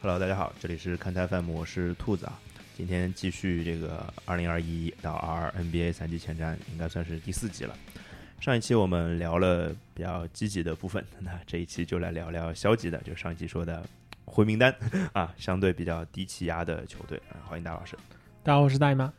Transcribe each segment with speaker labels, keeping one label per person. Speaker 1: Hello，大家好，这里是看台 FM，我是兔子啊。今天继续这个二零二一到二二 NBA 赛季前瞻，应该算是第四集了。上一期我们聊了比较积极的部分，那这一期就来聊聊消极的，就上一期说的回名单啊，相对比较低气压的球队。啊欢迎大老师。
Speaker 2: 大家好，我是大姨妈。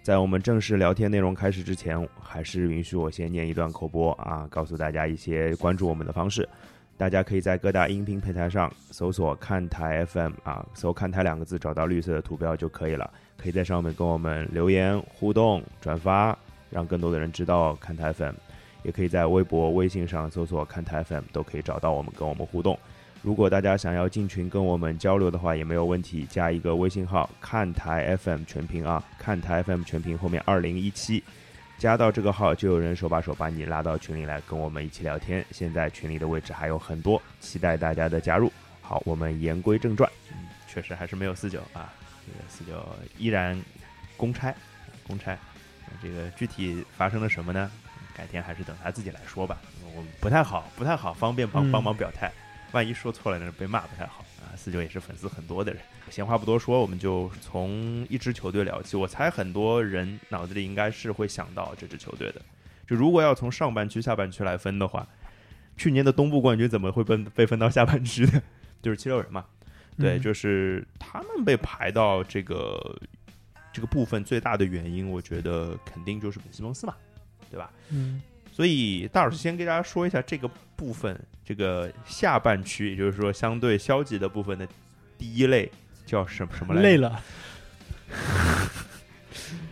Speaker 1: 在我们正式聊天内容开始之前，还是允许我先念一段口播啊，告诉大家一些关注我们的方式。大家可以在各大音频平台上搜索“看台 FM” 啊，搜“看台”两个字，找到绿色的图标就可以了。可以在上面跟我们留言互动、转发，让更多的人知道看台 FM。也可以在微博、微信上搜索“看台 FM”，都可以找到我们，跟我们互动。如果大家想要进群跟我们交流的话，也没有问题，加一个微信号“看台 FM 全屏”啊，“看台 FM 全屏”后面二零一七，加到这个号就有人手把手把你拉到群里来跟我们一起聊天。现在群里的位置还有很多，期待大家的加入。好，我们言归正传，嗯，确实还是没有四九啊，这个四九依然公差，公差，这个具体发生了什么呢？改天还是等他自己来说吧，我们不太好，不太好方便帮
Speaker 2: 嗯
Speaker 1: 帮忙表态。万一说错了，那被骂不太好啊。四九也是粉丝很多的人，闲话不多说，我们就从一支球队聊起。我猜很多人脑子里应该是会想到这支球队的。就如果要从上半区、下半区来分的话，去年的东部冠军怎么会被被分到下半区的？就是七六人嘛。对，
Speaker 2: 嗯
Speaker 1: 就是他们被排到这个这个部分最大的原因，我觉得肯定就是本西蒙斯嘛，对吧？
Speaker 2: 嗯，
Speaker 1: 所以大老师先给大家说一下这个部分，这个下半区，也就是说相对消极的部分的第一类叫什么什么来着？
Speaker 2: 累了，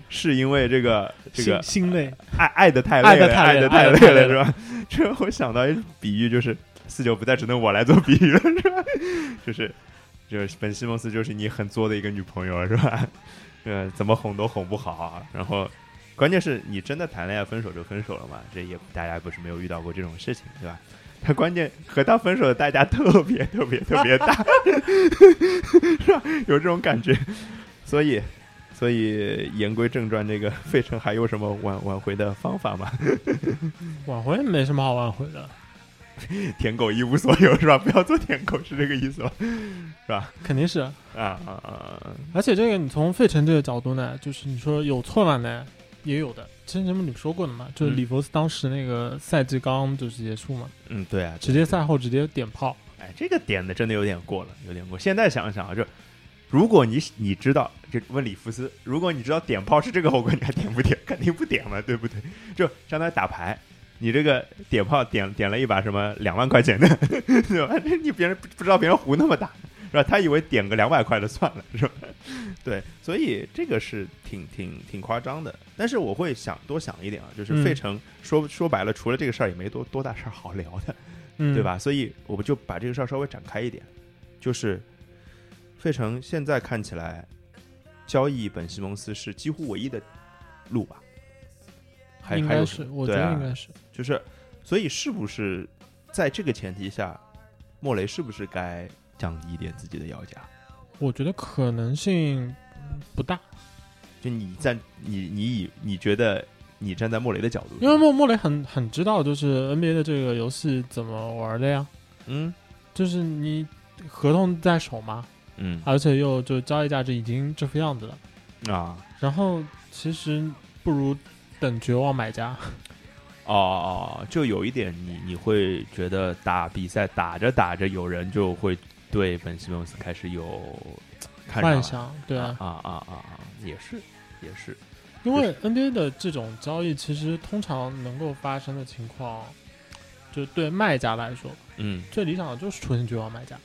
Speaker 1: 是因为这个这个
Speaker 2: 心心 累。
Speaker 1: 爱爱的太
Speaker 2: 爱
Speaker 1: 累
Speaker 2: 得
Speaker 1: 了，
Speaker 2: 太
Speaker 1: 爱
Speaker 2: 累
Speaker 1: 的
Speaker 2: 了
Speaker 1: 太
Speaker 2: 爱得
Speaker 1: 累
Speaker 2: 太
Speaker 1: 了，
Speaker 2: 累
Speaker 1: 是吧？ 这我想到一种比喻，就是四九不再只能我来做比喻了，是吧？ 就是就是本西蒙斯就是你很作的一个女朋友，是吧？ 呃，怎么哄都哄不好啊，然后关键是你真的谈恋爱分手就分手了嘛，这也大家不是没有遇到过这种事情，对吧？ 他关键和他分手的代价特别特别特别大， 是吧？有这种感觉，所以所以言归正传，这个费城还有什么挽挽回的方法吗？
Speaker 2: 挽回没什么好挽回的，
Speaker 1: 舔狗一无所有是吧？不要做舔狗是这个意思吧？
Speaker 2: 肯定是。
Speaker 1: 啊啊啊！
Speaker 2: 而且这个你从费城这个角度呢，就是你说有错嘛呢，也有的。之前节目里说过的嘛，就是
Speaker 1: 嗯
Speaker 2: 里弗斯当时那个赛季刚就是结束嘛，
Speaker 1: 嗯，对啊，
Speaker 2: 直接赛后直接点炮，
Speaker 1: 哎，这个点的真的有点过了，有点过。现在想想啊，就如果你你知道，就问里弗斯，如果你知道点炮是这个后果，你还点不点？肯定不点嘛，对不对？就相当于打牌，你这个点炮点点了一把什么两万块钱的， 对吧？你别人不不知道别人胡那么打，是吧？他以为点个两百块的算了，是吧？ 对，所以这个是挺挺挺夸张的。但是我会想多想一点啊，就是费
Speaker 2: 嗯
Speaker 1: 城说、说白了，除了这个事儿也没多多大事儿好聊的。
Speaker 2: 嗯，
Speaker 1: 对？吧？所以我们就把这个事儿稍微展开一点，就是费城现在看起来交易本西蒙斯是几乎唯一的路吧？还
Speaker 2: 应
Speaker 1: 还
Speaker 2: 该
Speaker 1: 有
Speaker 2: 是，我觉
Speaker 1: 对
Speaker 2: 得
Speaker 1: 啊
Speaker 2: 应该是。
Speaker 1: 就是，所以是不是在这个前提下，莫雷是不是该降低一点自己的要价？
Speaker 2: 我觉得可能性嗯不大，
Speaker 1: 就你站你你以你觉得你站在莫雷的角度，
Speaker 2: 因为莫莫雷很很知道就是 NBA 的这个游戏怎么玩的呀，
Speaker 1: 嗯
Speaker 2: 就是你合同在手嘛，
Speaker 1: 嗯
Speaker 2: 而且又就交易价值已经这副样子了。
Speaker 1: 啊
Speaker 2: 然后其实不如等绝望买家，
Speaker 1: 哦哦，哦，就有一点你你会觉得打比赛打着打着，有人就会对本西蒙斯开始有看上了
Speaker 2: 幻想，对啊，
Speaker 1: 啊啊啊啊，也是也是，
Speaker 2: 因为 NBA 的这种交易其实通常能够发生的情况，就对卖家来说，
Speaker 1: 嗯
Speaker 2: 最理想的就是出现绝望买家，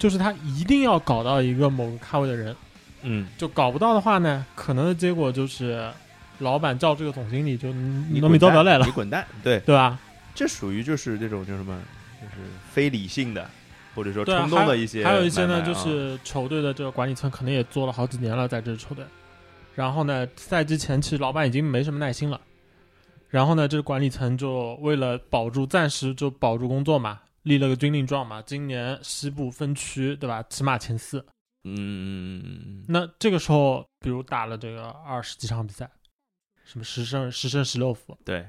Speaker 2: 就是他一定要搞到一个某个咖位的人，
Speaker 1: 嗯，
Speaker 2: 就搞不到的话呢，可能的结果就是老板叫这个总经理就你
Speaker 1: 你
Speaker 2: 农民招
Speaker 1: 滚
Speaker 2: 不
Speaker 1: 蛋
Speaker 2: 来了
Speaker 1: 你，滚蛋，对，
Speaker 2: 对吧？
Speaker 1: 这属于就是这种叫什么，就是非理性的或者说
Speaker 2: 对啊，
Speaker 1: 冲动的一些买卖啊，
Speaker 2: 还有一些呢，就是球队的这个管理层可能也做了好几年了，在这支球队。然后呢，赛季前期老板已经没什么耐心了。然后呢，这管理层就为了保住，暂时就保住工作嘛，立了个军令状嘛。今年西部分区对吧，起码前四。
Speaker 1: 嗯嗯嗯嗯嗯
Speaker 2: 那这个时候，比如打了这个二十几场比赛，什么十胜十胜十六负，
Speaker 1: 对，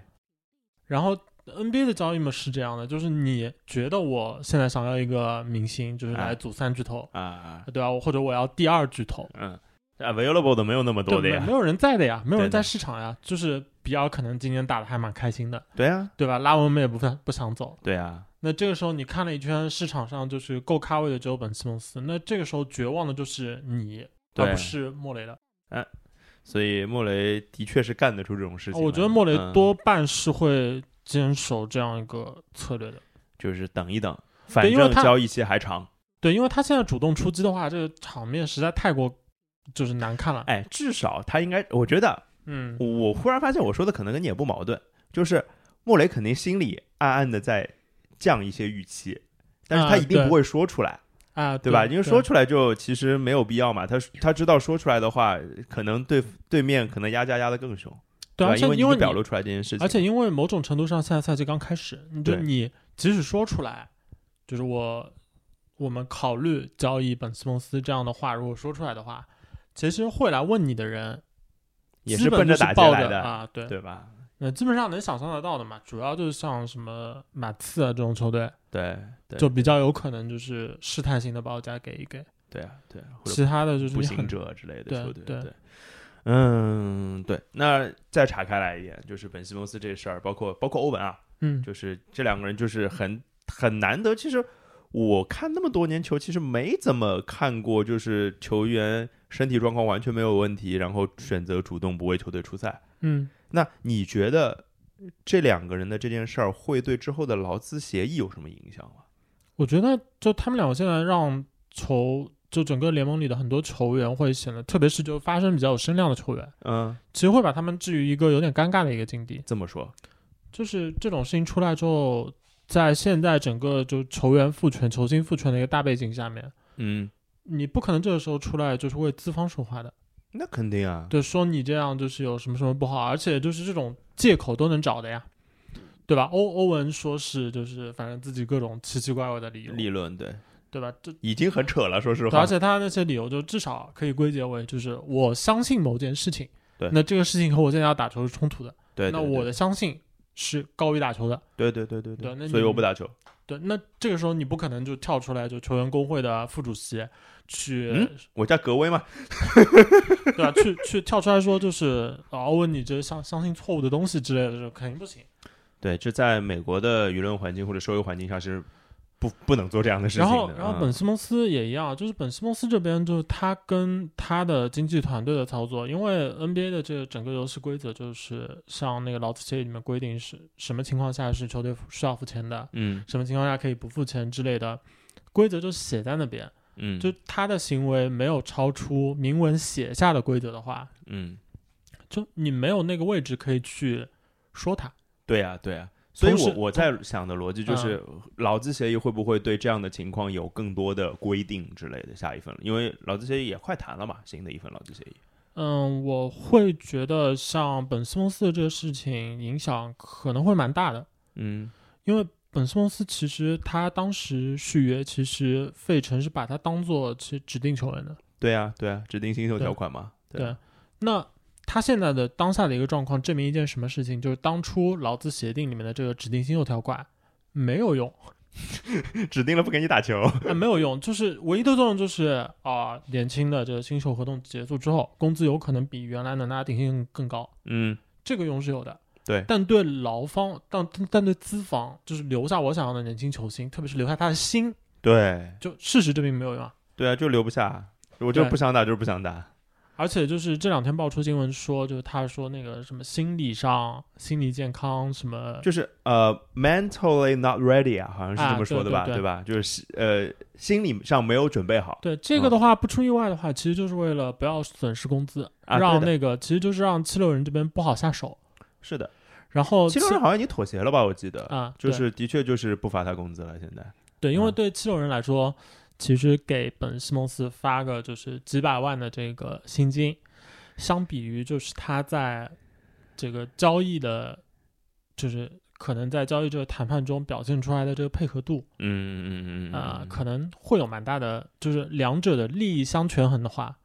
Speaker 2: 然后 NBA 的交易嘛是这样的，就是你觉得我现在想要一个明星，就是
Speaker 1: 哎
Speaker 2: 来组三巨头，
Speaker 1: 啊啊，
Speaker 2: 对吧、啊？或者我要第二巨头，
Speaker 1: 嗯，available 的没有那么多的
Speaker 2: 对，没
Speaker 1: 呀
Speaker 2: 没，有人在的呀，没有人
Speaker 1: 对的
Speaker 2: 在市场呀，就是比尔可能今年打的还蛮开心的，
Speaker 1: 对啊，
Speaker 2: 对吧？拉文我们也不不想走，
Speaker 1: 对啊，
Speaker 2: 那这个时候你看了一圈市场上就是够咖位的只有本西蒙斯，那这个时候绝望的就是你，
Speaker 1: 对
Speaker 2: 而不是莫雷了。
Speaker 1: 所以莫雷的确是干得出这种事情来的。
Speaker 2: 我觉得莫雷
Speaker 1: 嗯
Speaker 2: 多半是会坚守这样一个策略的。
Speaker 1: 就是等一等，反
Speaker 2: 因为
Speaker 1: 正
Speaker 2: 他
Speaker 1: 交易期还长。
Speaker 2: 对，因为他现在主动出击的话，这个场面实在太过就是难看了。
Speaker 1: 哎，至少他应该，我觉得
Speaker 2: 嗯，
Speaker 1: 我我忽然发现我说的可能跟你也不矛盾，就是莫雷肯定心里暗暗的在降一些预期，但是他
Speaker 2: 啊
Speaker 1: 一定
Speaker 2: 对
Speaker 1: 不会说出来，
Speaker 2: 啊，
Speaker 1: 对
Speaker 2: 对
Speaker 1: 吧？因为说出来就其实没有必要嘛。他他知道说出来的话，可能对对面可能压价压的更凶，
Speaker 2: 对，
Speaker 1: 吧？
Speaker 2: 而且
Speaker 1: 因为你
Speaker 2: 为
Speaker 1: 没
Speaker 2: 你
Speaker 1: 表露出来这件事情，
Speaker 2: 而且因为某种程度上，现在赛季刚开始，你就
Speaker 1: 对
Speaker 2: 你即使说出来，就是我我们考虑交易本斯蒙斯这样的话，如果说出来的话，其实会来问你的人
Speaker 1: 也
Speaker 2: 基本
Speaker 1: 奔着
Speaker 2: 都
Speaker 1: 打劫
Speaker 2: 抱
Speaker 1: 来的，
Speaker 2: 啊，对，
Speaker 1: 对吧？
Speaker 2: 那基本上能想象得到的嘛，主要就是像什么马刺啊这种球队，
Speaker 1: 对对
Speaker 2: 就比较有可能就是试探性的报价给一给，
Speaker 1: 对啊对啊，或者
Speaker 2: 其他的就是
Speaker 1: 步
Speaker 2: 你
Speaker 1: 行
Speaker 2: 很
Speaker 1: 者之类的
Speaker 2: 对
Speaker 1: 球队。
Speaker 2: 对
Speaker 1: 嗯，对。那再岔开来一点，就是本西蒙斯这事儿，包括包括欧文啊，
Speaker 2: 嗯，
Speaker 1: 就是这两个人就是很很难得。其实我看那么多年球，其实没怎么看过，就是球员身体状况完全没有问题，然后选择主动不为球队出赛。
Speaker 2: 嗯，
Speaker 1: 那你觉得这两个人的这件事儿会对之后的劳资协议有什么影响吗？
Speaker 2: 我觉得就他们两个现在让球。就整个联盟里的很多球员会显得，特别是就发声比较有声量的球员，
Speaker 1: 嗯，
Speaker 2: 其实会把他们置于一个有点尴尬的一个境地。
Speaker 1: 这么说，
Speaker 2: 就是这种事情出来之后，在现在整个就球员赋权、球星赋权的一个大背景下面，
Speaker 1: 嗯，
Speaker 2: 你不可能这个时候出来就是为资方说话的，
Speaker 1: 那肯定啊，
Speaker 2: 对，说你这样就是有什么什么不好，而且就是这种借口都能找的呀，对吧？欧欧文说是就是反正自己各种奇奇怪怪的理由，
Speaker 1: 利润对，
Speaker 2: 对吧？这
Speaker 1: 已经很扯了，说实
Speaker 2: 对
Speaker 1: 话
Speaker 2: 而。且他那些理由就至少可以归结为就是我相信某件事情，
Speaker 1: 对
Speaker 2: 那这个事情和我现在要打球是冲突的，
Speaker 1: 对，
Speaker 2: 那
Speaker 1: 对
Speaker 2: 我的相信是高于打球的。
Speaker 1: 对对对对
Speaker 2: 对那
Speaker 1: 所以
Speaker 2: 你
Speaker 1: 我不打球。
Speaker 2: 对，那这个时候你不可能就跳出来就球员工会的副主席去，
Speaker 1: 嗯我叫格威嘛，
Speaker 2: 对吧、去去跳出来说就是啊，问你这相相信错误的东西之类的，这肯定不行。
Speaker 1: 对，这在美国的舆论环境或者社会环境下是不不能做这样的事情
Speaker 2: 然
Speaker 1: 的。
Speaker 2: 后，然后本
Speaker 1: 嗯
Speaker 2: 西蒙斯也一样，就是本西蒙斯这边就是他跟他的经纪团队的操作，因为 NBA 的这个整个游戏规则就是像那个劳资协议里面规定是什么情况下是球队需要付钱的，
Speaker 1: 嗯
Speaker 2: 什么情况下可以不付钱之类的，规则就写在那边。
Speaker 1: 嗯，
Speaker 2: 就他的行为没有超出明文写下的规则的话，
Speaker 1: 嗯，
Speaker 2: 就你没有那个位置可以去说他。
Speaker 1: 对呀、对呀、所以
Speaker 2: 同嗯
Speaker 1: 我
Speaker 2: 时
Speaker 1: 我在想的逻辑就是，劳资协议会不会对这样的情况有更多的规定之类的？下一份了，因为劳资协议也快谈了嘛，新的一份劳资协议。
Speaker 2: 嗯，我会觉得像本斯蒙斯的这个事情影响可能会蛮大的，
Speaker 1: 嗯
Speaker 2: 因为本斯蒙斯其实他当时续约，其实费城是把他当做其指定球员的。，
Speaker 1: 对呀、对啊呀、指定新秀
Speaker 2: 对
Speaker 1: 条款嘛。啊
Speaker 2: 对，那他现在的当下的一个状况证明一件什么事情，就是当初劳资协定里面的这个指定新秀条款没有用。
Speaker 1: 指定了不给你打球。
Speaker 2: 啊，没有用，就是唯一的作用就是啊、年轻的这个新秀合同结束之后，工资有可能比原来能拿的底薪更高，
Speaker 1: 嗯，
Speaker 2: 这个用是有的。
Speaker 1: 对
Speaker 2: 但对劳方，但但对资方，就是留下我想要的年轻球星，特别是留下他的心，
Speaker 1: 对
Speaker 2: 就事实证明没有用啊。
Speaker 1: 对啊，就留不下，我就
Speaker 2: 对
Speaker 1: 不想打，就是不想打。
Speaker 2: 而且就是这两天爆出新闻说，就是他说那个什么心理上、心理健康什么，
Speaker 1: 就是呃，mentally not ready 啊，好像是这
Speaker 2: 啊
Speaker 1: 么说的
Speaker 2: 对
Speaker 1: 吧，
Speaker 2: 对对
Speaker 1: 吧？就是呃，心理上没有准备好
Speaker 2: 对这个的话，不出意外的话，其实就是为了不要损失工资，
Speaker 1: 啊。
Speaker 2: 让
Speaker 1: 对的
Speaker 2: 那个其实就是让七六人这边不好下手。
Speaker 1: 是的，
Speaker 2: 然后
Speaker 1: 七六人好像已经妥协了吧？我记得，
Speaker 2: 哦啊，
Speaker 1: 就
Speaker 2: 对
Speaker 1: 是的确就是不发他工资了。现在，
Speaker 2: 对，因为
Speaker 1: 嗯
Speaker 2: 对七六人来说，其实给本西蒙斯发个就是几百万的这个薪金，相比于就是他在这个交易的，就是可能在交易这个谈判中表现出来的这个配合度
Speaker 1: 嗯嗯嗯嗯
Speaker 2: 啊、
Speaker 1: 嗯
Speaker 2: 可能会有蛮大的，就是两者的利益相权衡的话，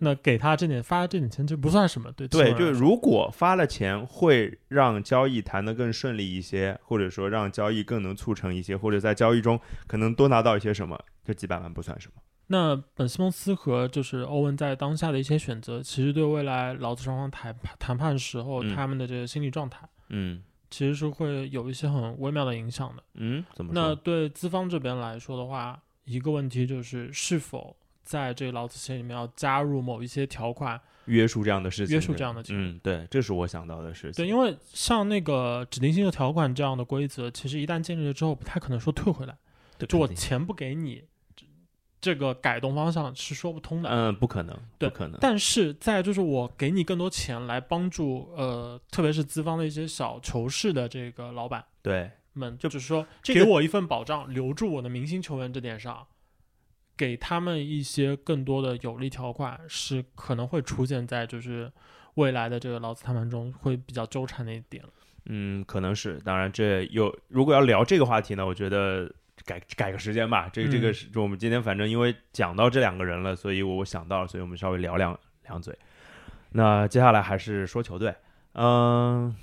Speaker 2: 那给他这点发这点钱，这不算什么，对
Speaker 1: 对，
Speaker 2: 球员
Speaker 1: 就
Speaker 2: 来
Speaker 1: 是
Speaker 2: 说
Speaker 1: 如果发了钱，会让交易谈得更顺利一些，或者说让交易更能促成一些，或者在交易中可能多拿到一些什么，这几百万不算什么。
Speaker 2: 那本西蒙斯和就是欧文在当下的一些选择，其实对未来劳资双方谈判谈判时候、
Speaker 1: 嗯
Speaker 2: 他们的这个心理状态，
Speaker 1: 嗯
Speaker 2: 其实是会有一些很微妙的影响的。
Speaker 1: 嗯，怎么
Speaker 2: 那
Speaker 1: 说？
Speaker 2: 对资方这边来说的话，一个问题就是是否在这个劳资协议里面要加入某一些条款，
Speaker 1: 约束这样的事情，
Speaker 2: 约束这样的情
Speaker 1: 嗯，对，这是我想到的事情。
Speaker 2: 对，因为像那个指定性的条款这样的规则，其实一旦建立了之后，不太可能说退回来，
Speaker 1: 对
Speaker 2: 就我
Speaker 1: 肯定
Speaker 2: 钱不给你，这这个改动方向是说不通的。
Speaker 1: 嗯，不可能，
Speaker 2: 对
Speaker 1: 不可能。
Speaker 2: 但是在就是我给你更多钱来帮助呃，特别是资方的一些小球市的这个老板
Speaker 1: 对，
Speaker 2: 们，
Speaker 1: 就
Speaker 2: 就是说
Speaker 1: 这
Speaker 2: 给
Speaker 1: 个
Speaker 2: 我一份保障，留住我的明星球员这点上，给他们一些更多的有利条款，是可能会出现在就是未来的这个劳资谈判中会比较纠缠的一点了。
Speaker 1: 嗯，可能是。当然，这有如果要聊这个话题呢，我觉得改改个时间吧。这个这个
Speaker 2: 嗯
Speaker 1: 是，我们今天反正因为讲到这两个人了，所以我我想到了，所以我们稍微聊两两嘴。那接下来还是说球队，嗯，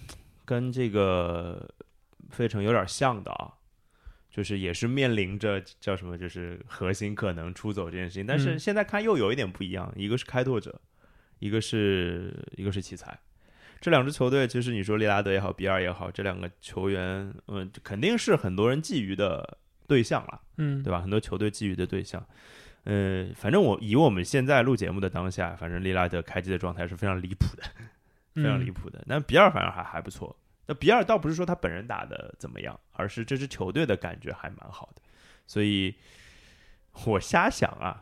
Speaker 1: 跟这个费城有点像的啊，就是也是面临着叫什么，就是核心可能出走这件事情。但是
Speaker 2: 嗯
Speaker 1: 现在看又有一点不一样，一个是开拓者，一个是一个是奇才。这两支球队，其实你说利拉德也好，比尔也好，这两个球员，嗯，肯定是很多人觊觎的对象了，
Speaker 2: 嗯，
Speaker 1: 对吧？很多球队觊觎的对象。呃，反正我以我们现在录节目的当下，反正利拉德开机的状态是非常离谱的，非常离
Speaker 2: 谱。
Speaker 1: 谱的。但比尔反而还还不错。那比尔倒不是说他本人打的怎么样，而是这支球队的感觉还蛮好的。所以，我瞎想啊，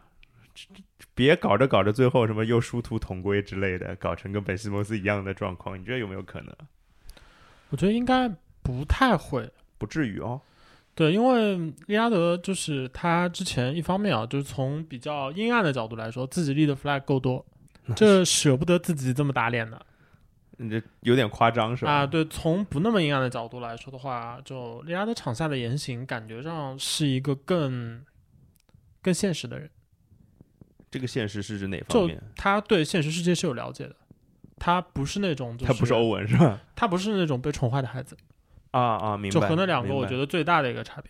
Speaker 1: 这这别搞着搞着最后什么又殊途同归之类的，搞成跟本西蒙斯一样的状况，你觉得有没有可能？啊
Speaker 2: 我觉得应该不太会。
Speaker 1: 不至于哦。
Speaker 2: 对，因为利拉德就是他之前一方面啊，就是从比较阴暗的角度来说，自己立的 flag 够多， 这舍不得自己这么打脸的。
Speaker 1: 你这有点夸张 是吧？
Speaker 2: 啊，对，从不那么阴暗的角度来说的话，就利拉德场下的言行，感觉上是一个更更现实的人。
Speaker 1: 这个现实是指哪方
Speaker 2: 就
Speaker 1: 面？
Speaker 2: 他对现实世界是有了解的，他不是那种、就是、
Speaker 1: 他不是欧文是 吧？
Speaker 2: 他不是那种被宠坏的孩子，
Speaker 1: 啊啊，明白。
Speaker 2: 就和那两个，我觉
Speaker 1: 得
Speaker 2: 得最大的一个差别，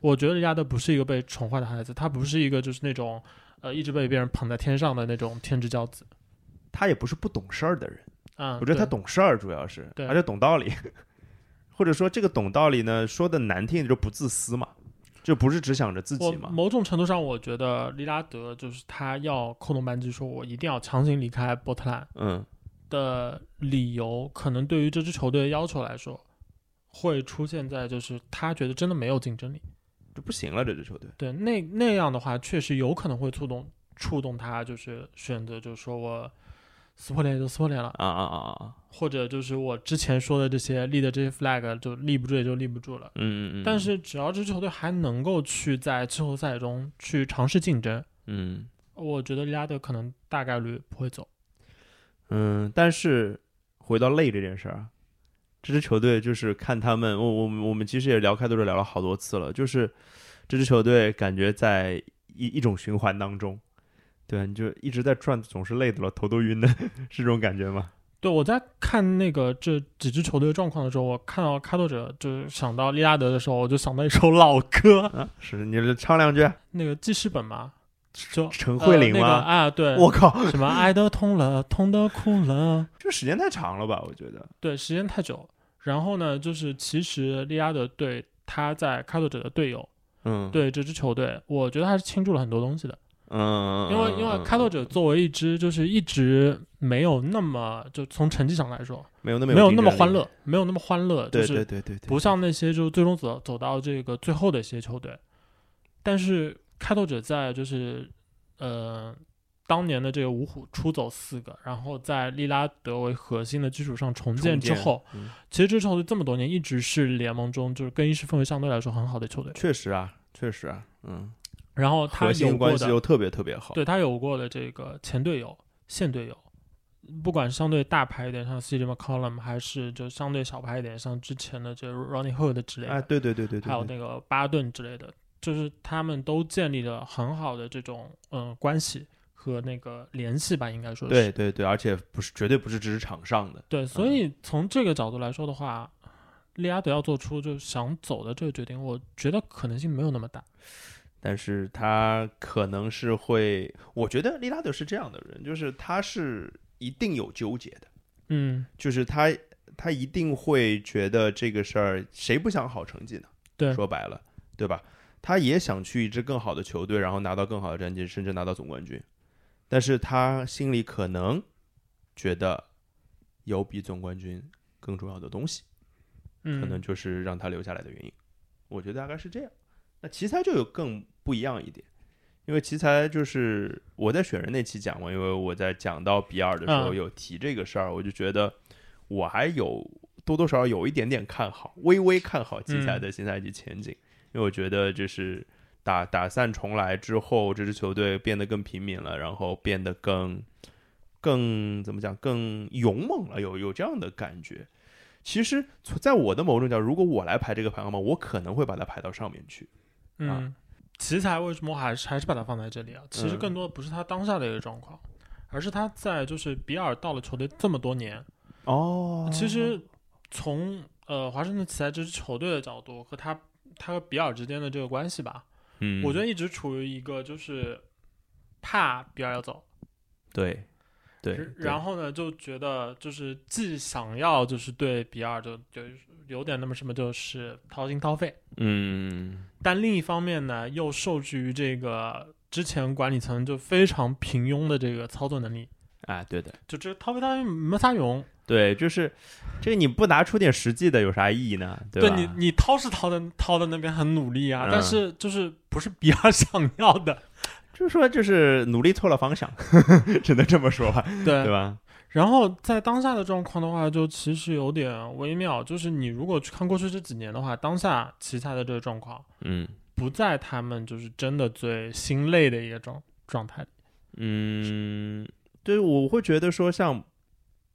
Speaker 2: 我觉得利拉德不是一个被宠坏的孩子，他不是一个就是那种呃一直被别人捧在天上的那种天之骄子。
Speaker 1: 他也不是不懂事儿的人，
Speaker 2: 嗯，
Speaker 1: 我觉得他
Speaker 2: 对
Speaker 1: 懂事儿主要是，
Speaker 2: 对
Speaker 1: 而且懂道理， 或者说这个懂道理呢，说的难听一点就不自私嘛，就不是只想着自己
Speaker 2: 我
Speaker 1: 嘛。
Speaker 2: 某种程度上，我觉得利拉德就是他要扣动扳机，说我一定要强行离开波特兰。
Speaker 1: 嗯，
Speaker 2: 的理由，可能对于这支球队的要求来说，会出现在就是他觉得真的没有竞争力。
Speaker 1: 这不行了，这支球队。
Speaker 2: 对，那那样的话，确实有可能会触动触动他，就是选择就是说我撕破脸也就撕破脸了，
Speaker 1: 啊啊啊啊啊！
Speaker 2: 或者就是我之前说的这些立的这些 flag 就立不住也就立不住了。
Speaker 1: 嗯嗯嗯。
Speaker 2: 但，是只要这支球队还能够去在季后赛中去尝试竞争，
Speaker 1: 嗯
Speaker 2: 我觉得利拉德可能大概率不会走。
Speaker 1: 嗯，但是回到累这件事儿啊，这支球队就是看他们，我我们我们其实也聊开拓者聊了好多次了，就是这支球队感觉在一一种循环当中，对，你就一直在转，总是累的了，头都晕的， 是这种感觉吗？
Speaker 2: 对，我在看那个这几支球队的状况的时候，我看到开拓者就是想到利拉德的时候，我就想到一首老歌，
Speaker 1: 啊，是，你这唱两句，啊
Speaker 2: 那个记事本嘛，就
Speaker 1: 陈慧琳
Speaker 2: 呃那个、
Speaker 1: 吗？
Speaker 2: 啊，对，
Speaker 1: 我靠，
Speaker 2: 什么爱的痛了，痛的哭了，
Speaker 1: 这时间太长了吧？我觉得，
Speaker 2: 对，时间太久。然后呢，就是其实利拉德对他在开拓者的队友，
Speaker 1: 嗯，，
Speaker 2: 对这支球队，我觉得还是倾注了很多东西的。
Speaker 1: 嗯，
Speaker 2: 因为因为开拓者作为一支就是一直没有那么就从成绩上来说，
Speaker 1: 没有那么
Speaker 2: 没有那么
Speaker 1: 竞争力
Speaker 2: 欢乐，，没有那么欢乐，就
Speaker 1: 对
Speaker 2: 是
Speaker 1: 对对对对，
Speaker 2: 不像那些就最终走走到这个最后的一些球队。但是开拓者在就是呃当年的这个五虎出走四个，然后在利拉德为核心的基础上重建
Speaker 1: 重
Speaker 2: 之
Speaker 1: 建
Speaker 2: 后，，
Speaker 1: 嗯
Speaker 2: 其实这支球队这么多年一直是联盟中就是更衣室氛围相对来说很好的球队。
Speaker 1: 确实啊，确实啊，嗯，
Speaker 2: 然后他
Speaker 1: 核
Speaker 2: 有
Speaker 1: 心
Speaker 2: 过
Speaker 1: 关系
Speaker 2: 的
Speaker 1: 又特别特别好，
Speaker 2: 对他有过的这个前队友、现队友。不管是相对大牌一点，像 CJ McCollum，还是就相对小牌一点，像之前的这 Ronnie Hood 之类的，
Speaker 1: 哎，对对对对对，
Speaker 2: 还有
Speaker 1: 对
Speaker 2: 那个巴顿之类的，就是他们都建立了很好的这种嗯关系和那个联系吧，应该说是
Speaker 1: 对对对，而且不是绝对不是只是场上的，
Speaker 2: 对，所以从这个角度来说的话，利拉德要做出就想走的这个决定，我觉得可能性没有那么大。
Speaker 1: 但是他可能是会，我觉得利拉德是这样的人，就是他是一定有纠结的，
Speaker 2: 嗯，
Speaker 1: 就是他他一定会觉得这个事儿谁不想好成绩呢？
Speaker 2: 对
Speaker 1: 说白了，对吧？他也想去一支更好的球队，然后拿到更好的战绩，甚至拿到总冠军。但是他心里可能觉得有比总冠军更重要的东西，
Speaker 2: 可
Speaker 1: 可
Speaker 2: 嗯
Speaker 1: 能就是让他留下来的原因。我觉得大概是这样。那奇才就有更不一样一点，因为奇才就是我在选人那期讲过，因为我在讲到比尔的时候
Speaker 2: 嗯
Speaker 1: 有提这个事儿，我就觉得我还有多多少少有一点点看好，微微看好奇才的新赛季前景，因为我觉得就是打打散重来之后，这支球队变得更平民了，然后变得更更怎么讲更勇猛了，有有这样的感觉。其实，从在我的某种角度，如果我来排这个排行榜，我可能会把它排到上面去。
Speaker 2: 嗯，奇才为什么我还是还是把它放在这里啊？其
Speaker 1: 啊
Speaker 2: 实
Speaker 1: 嗯
Speaker 2: 更多的不是他当下的一个状况，而是他在就是比尔到了球队这么多年，
Speaker 1: 哦
Speaker 2: 其实从呃华盛顿奇才这支球队的角度和他他和比尔之间的这个关系吧，
Speaker 1: 嗯，
Speaker 2: 我觉得一直处于一个就是怕比尔要走，
Speaker 1: 对，对，对
Speaker 2: 然后呢就觉得就是既想要就是对比尔就就有点那么什么就是掏心掏肺，
Speaker 1: 嗯，
Speaker 2: 但另一方面呢，又受制于这个之前管理层就非常平庸的这个操作能力，
Speaker 1: 啊，对的，
Speaker 2: 就这掏不掏没啥用。
Speaker 1: 对，就是这个你不拿出点实际的有啥意义呢？吧？
Speaker 2: 你，你掏是掏的掏的那边很努力啊，
Speaker 1: 嗯
Speaker 2: 但是就是不是比尔 想要 的，
Speaker 1: 就是说就是努力错了方向， 只能这么说吧，
Speaker 2: 对
Speaker 1: 对吧？
Speaker 2: 然后在当下的状况的话，就其实有点微妙，就是你如果去看过去这几年的话，当下奇才的这个状况
Speaker 1: 嗯
Speaker 2: 不在他们就是真的最心累的一个状状态里。
Speaker 1: 嗯，对，我会觉得说像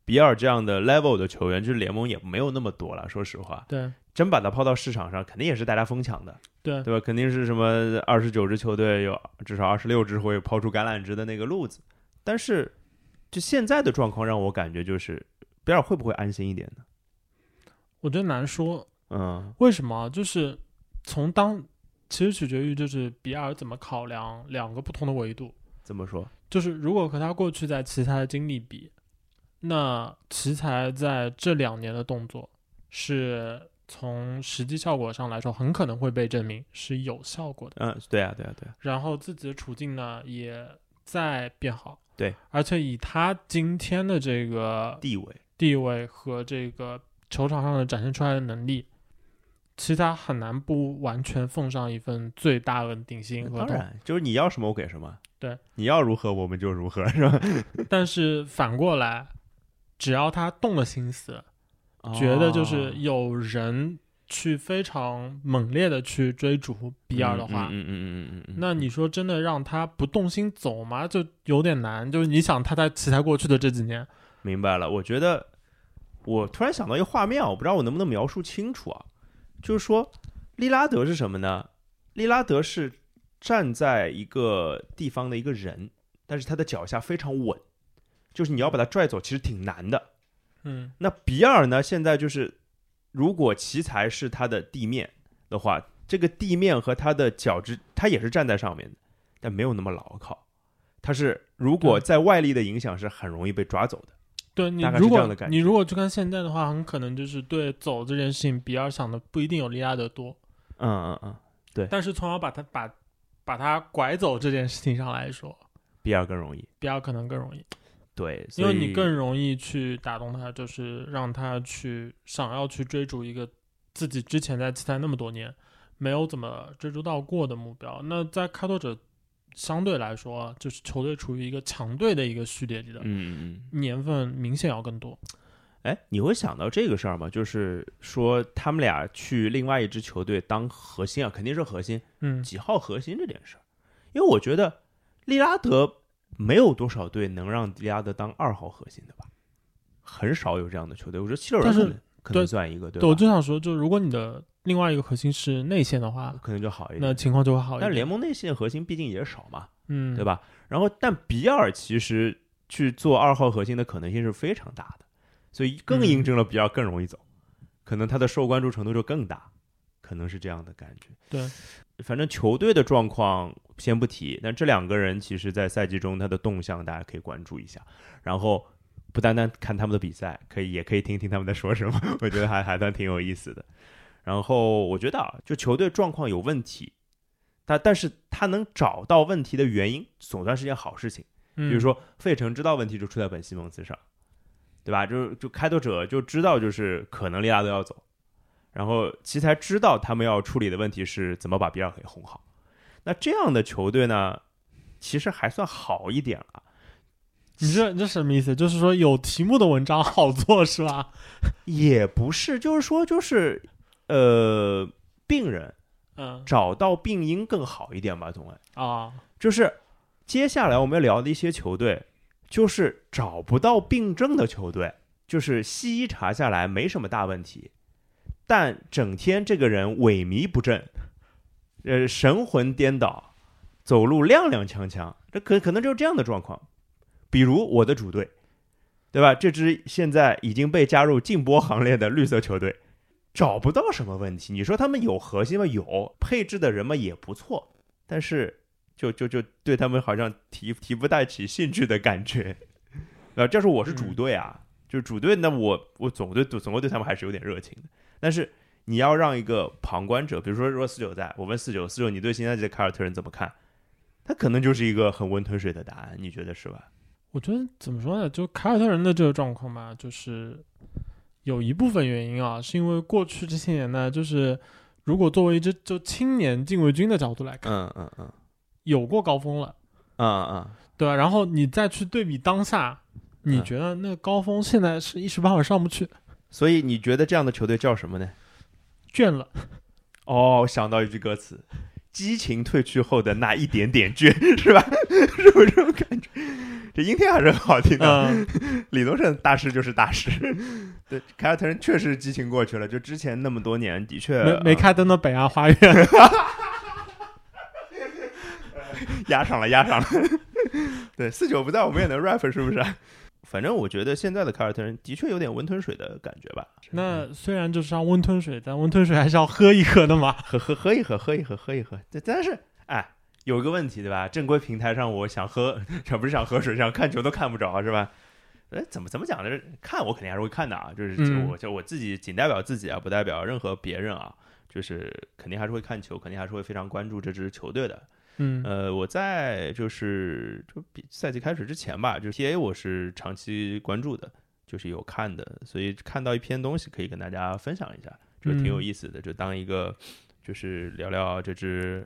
Speaker 1: 比尔这样的 level 的球员，就是联盟也没有那么多了，说实话，
Speaker 2: 对
Speaker 1: 真把他抛到市场上，肯定也是大家疯抢的。
Speaker 2: 对，
Speaker 1: 对吧？肯定是什么二十九支球队有至少二十六支会抛出橄榄枝的那个路子。但是，就现在的状况让我感觉就是，比尔会不会安心一点呢？
Speaker 2: 我觉得难说，
Speaker 1: 嗯
Speaker 2: 为什么？就是从当其实取决于就是比尔怎么考量两个不同的维度。
Speaker 1: 怎么说？
Speaker 2: 就是如果和他过去在奇才的经历比，那奇才在这两年的动作是从实际效果上来说，很可能会被证明是有效果的。
Speaker 1: 嗯，对啊，对啊，对啊，
Speaker 2: 然后自己的处境呢也在变好。
Speaker 1: 对，
Speaker 2: 而且以他今天的这个
Speaker 1: 地位，
Speaker 2: 地位和这个球场上的展现出来的能力，其他很难不完全奉上一份最大的顶薪和
Speaker 1: 当然就是你要什么我给什么。
Speaker 2: 对，
Speaker 1: 你要如何我们就如何，是吧？
Speaker 2: 但是反过来，只要他动了心思，觉得就是
Speaker 1: 哦
Speaker 2: 有人去非常猛烈的去追逐比尔的话，
Speaker 1: 嗯嗯嗯嗯嗯嗯，
Speaker 2: 那你说真的让他不动心走吗？就有点难。就是你想他在奇才过去的这几年，
Speaker 1: 明白了，我觉得我突然想到一个画面啊，我不知道我能不能描述清楚啊，就是说利拉德是什么呢？利拉德是站在一个地方的一个人，但是他的脚下非常稳，就是你要把他拽走，其实挺难的。
Speaker 2: 嗯
Speaker 1: 那比尔呢，现在就是如果奇才是他的地面的话，这个地面和他的脚之，他也是站在上面的，但没有那么牢靠。他是如果在外力的影响是很容易被抓走的。
Speaker 2: 对你
Speaker 1: 大概是
Speaker 2: 如
Speaker 1: 这样的
Speaker 2: 果
Speaker 1: 感
Speaker 2: 你如果去看现在的话，很可能就是对走这件事情，比尔想的不一定有利拉德多，
Speaker 1: 嗯嗯嗯，
Speaker 2: 但是从而把他把把他拐走这件事情上来说，
Speaker 1: 比尔更容易。
Speaker 2: 比尔可能更容易，
Speaker 1: 对，
Speaker 2: 因
Speaker 1: 所
Speaker 2: 为
Speaker 1: 以
Speaker 2: 你更容易去打动他，就是让他去想要去追逐一个自己之前在期待那么多年没有怎么追逐到过的目标。那在开拓者相对来说啊，就是球队处于一个强队的一个序列里的
Speaker 1: 嗯嗯嗯，
Speaker 2: 年份明显要更多。
Speaker 1: 哎，你会想到这个事儿吗？就是说他们俩去另外一支球队当核心啊，肯定是核心，
Speaker 2: 嗯
Speaker 1: 几号核心这件事儿，因为我觉得利拉德没有多少队能让利拉德当二号核心的吧，很少有这样的球队。我觉得七六人
Speaker 2: 但是
Speaker 1: 可能可
Speaker 2: 对
Speaker 1: 能算一个，对
Speaker 2: 对，我
Speaker 1: 吧？
Speaker 2: 就想说，就如果你的另外一个核心是内线的话，
Speaker 1: 可能就好一
Speaker 2: 那
Speaker 1: 点。
Speaker 2: 情况就会好一
Speaker 1: 嗯但
Speaker 2: 点。
Speaker 1: 联盟内线核心毕竟也少嘛，
Speaker 2: 嗯，
Speaker 1: 对？吧？然后，但比尔其实去做二号核心的可能性是非常大的，所以更印证了比尔更容易走，可能他的受关注程度就更大，可能是这样的感觉。
Speaker 2: 对，
Speaker 1: 反正球队的状况先不提，但这两个人其实，在赛季中他的动向大家可以关注一下，然后。不单单看他们的比赛，可以也可以听听他们在说什么， 我觉得还还算挺有意思的。然后我觉得啊，就球队状况有问题，但但是他能找到问题的原因，总算是件好事情。
Speaker 2: 比
Speaker 1: 比如，说，费城知道问题就出在本西蒙斯上，对吧？就就开拓者就知道，就是可能利拉德要走，然后奇才知道他们要处理的问题是怎么把比尔给哄好。那这样的球队呢，其实还算好一点了。
Speaker 2: 你这你这什么意思？就是说有题目的文章好做是吧？
Speaker 1: 也不是，就是说，就是呃，病人
Speaker 2: 嗯
Speaker 1: 找到病因更好一点吧，总归
Speaker 2: 啊，
Speaker 1: 就是接下来我们要聊的一些球队，就是找不到病症的球队，就是西医查下来没什么大问题，但整天这个人萎靡不振，呃，神魂颠倒，走路踉踉跄跄，这可可能就是这样的状况。比如我的主队，对吧？这支现在已经被加入禁播行列的绿色球队，找不到什么问题。你说他们有核心吗？有，配置的人嘛也不错，但是就就就对他们好像提提不带起兴趣的感觉。 啊，这是我是主队啊，就是主队，那我我总对总归对他们还是有点热情的。但是你要让一个旁观者，比如说如果四九在，我问四九四九，你对现在这凯尔特人怎么看？他可能就是一个很温吞水的答案，你觉得是吧？
Speaker 2: 我觉得怎么说呢？就凯尔特人的这个状况吧，就是有一部分原因啊，是因为过去这些年呢，就是如果作为一支就青年禁卫军的角度来看，
Speaker 1: 嗯嗯嗯
Speaker 2: 有过高峰了，
Speaker 1: 嗯嗯，
Speaker 2: 对吧？然后你再去对比当下，你
Speaker 1: 嗯
Speaker 2: 觉得那个高峰现在是一时半会儿上不去，
Speaker 1: 所以你觉得这样的球队叫什么呢？
Speaker 2: 倦了。
Speaker 1: 哦，想到一句歌词：“激情褪去后的那一点点倔”，是吧？ 是不是这种感觉？这音天还是很好听的。
Speaker 2: 嗯，
Speaker 1: 李宗盛大师就是大师。对，凯尔特人确实激情过去了，就之前那么多年，的 确
Speaker 2: 没没
Speaker 1: 啊
Speaker 2: 开灯的北岸花园，
Speaker 1: 呃压上了，压上了。 对，四九不在，我们也能 rap，是不啊是？反正我觉得现在的凯尔特人的确有点温吞水的感觉吧。
Speaker 2: 那虽然就是要温吞水，但温吞水还是要喝一喝的嘛。
Speaker 1: 喝喝喝一喝，喝一喝，喝一喝。但但是，哎，有一个问题对吧？正规平台上我想喝，想不是想喝水，想看球都看不着是吧？哎，怎么怎么讲呢？看我肯定还是会看的啊，就是就
Speaker 2: 嗯
Speaker 1: 我就我自己仅代表自己啊，不代表任何别人啊，就是肯定还是会看球，肯定还是会非常关注这支球队的。
Speaker 2: 嗯
Speaker 1: 呃，我在就是就比赛季开始之前吧，就 TA 我是长期关注的，就是有看的，所以看到一篇东西可以跟大家分享一下，就是挺有
Speaker 2: 嗯
Speaker 1: 意思的，就当一个就是聊聊这支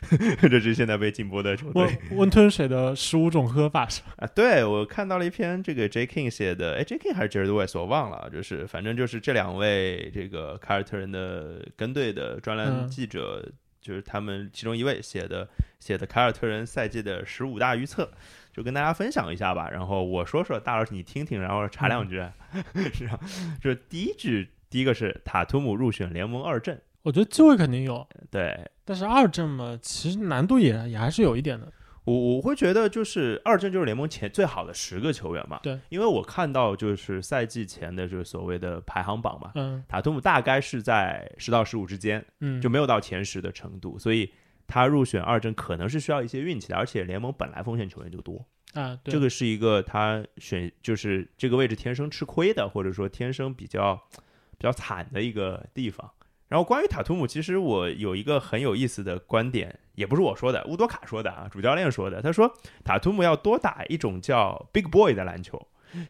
Speaker 1: 这支现在被禁播的球队
Speaker 2: 温温吞水的十五种喝法是吧？
Speaker 1: 啊。对我看到了一篇这个 J King 写的，哎，J King 还是 Jared West 我忘了啊，就是反正就是这两位这个凯尔特人的跟队的专栏
Speaker 2: 嗯
Speaker 1: 记者。就是他们其中一位写的写的凯尔特人赛季的十五大预测，就跟大家分享一下吧。然后我说说，大老师你听听，然后查两句。 是啊，就第一句，第一个是塔图姆入选联盟二阵，
Speaker 2: 我觉得机会肯定有，
Speaker 1: 对
Speaker 2: 但是二阵嘛，其实难度也也还是有一点的。
Speaker 1: 我我会觉得就是二阵就是联盟前最好的十个球员嘛。
Speaker 2: 对，
Speaker 1: 因为我看到就是赛季前的就是所谓的排行榜嘛，
Speaker 2: 嗯
Speaker 1: 塔图姆大概是在十到十五之间，
Speaker 2: 嗯，
Speaker 1: 就没有到前十的程度，所以他入选二阵可能是需要一些运气的，而且联盟本来锋线球员就多。
Speaker 2: 啊，对
Speaker 1: 这个是一个他选就是这个位置天生吃亏的，或者说天生比较比较惨的一个地方。然后关于塔图姆，其实我有一个很有意思的观点，也不是我说的，乌多卡说的啊，主教练说的。他说塔图姆要多打一种叫 big boy 的篮 球，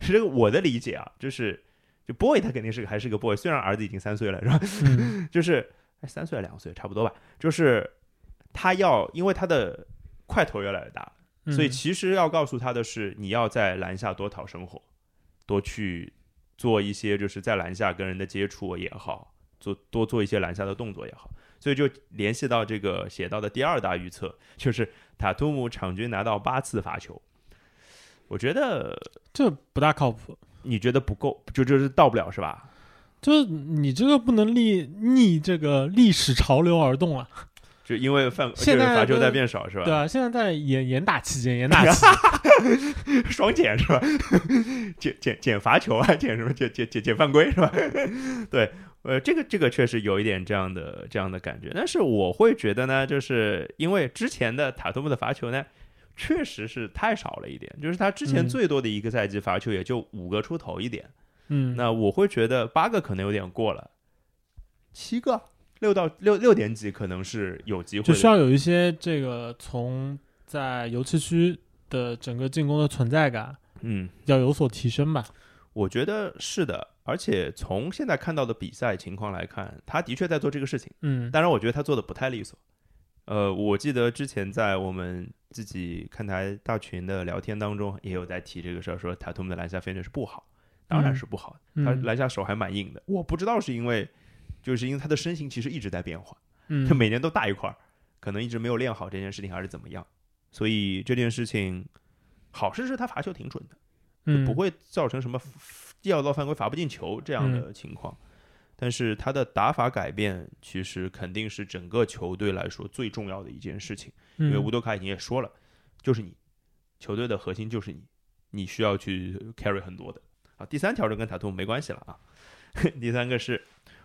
Speaker 1: 是这个我的理解啊，就是就 boy 他肯定是个还是个 boy，虽然儿子已经三岁了，是吧？
Speaker 2: 嗯
Speaker 1: 就是哎三岁还是两岁差不多吧，就是他要因为他的块头越来越大，
Speaker 2: 嗯
Speaker 1: 所以其实要告诉他的是，你要在篮下多讨生活，多去做一些就是在篮下跟人的接触也好，做多做一些篮下的动作也好。所以就联系到这个写到的第二大预测，就是塔图姆场均拿到八次罚球。我觉得
Speaker 2: 这不大靠谱。
Speaker 1: 你觉得不够，就就是到不了是吧？
Speaker 2: 就是你这个不能逆逆这个历史潮流而动啊，
Speaker 1: 就因为犯
Speaker 2: 现在
Speaker 1: 就是罚球
Speaker 2: 都
Speaker 1: 带变少是吧？
Speaker 2: 对啊，现在在严严打期间，严打 期
Speaker 1: 双减是吧？减减减罚球啊，减什么减减减减犯规是吧？ 对，呃，这个这个确实有一点这样的这样的感觉，但是我会觉得呢，就是因为之前的塔图姆的罚球呢，确实是太少了一点，就是他之前
Speaker 2: 嗯
Speaker 1: 最多的一个赛季罚球也就五个出头一点，
Speaker 2: 嗯，
Speaker 1: 那我会觉得八个可能有点过了，七个六到六六点几可能是有机会
Speaker 2: 就
Speaker 1: 的，
Speaker 2: 需要有一些这个从在油漆区的整个进攻的存在感
Speaker 1: 嗯。
Speaker 2: 要有所提升吧。
Speaker 1: 我觉得是的，而且从现在看到的比赛情况来看，他的确在做这个事情。
Speaker 2: 嗯
Speaker 1: 当然，我觉得他做的不太利索。呃，我记得之前在我们自己看台大群的聊天当中，也有在提这个事儿，说塔图姆的篮下 finish 不好，当然是不好的，他
Speaker 2: 嗯
Speaker 1: 篮下手还蛮硬的。我不知道是因为，就是因为他的身形其实一直在变化，他
Speaker 2: 嗯
Speaker 1: 每年都大一块儿，可能一直没有练好这件事情，还是怎么样。所以这件事情，好事是他罚球挺准的。就
Speaker 2: 嗯，
Speaker 1: 不会造成什么掉到犯规罚不进球这样
Speaker 2: 嗯
Speaker 1: 的情况。但是他的打法改变，其实肯定是整个球队来说最重要的一件事情。因为
Speaker 2: 嗯
Speaker 1: 乌多卡已经也说了，就是你球队的核心就是你，你需要去 carry 很多的啊。第三条就跟塔图姆没关系了啊。 第三个是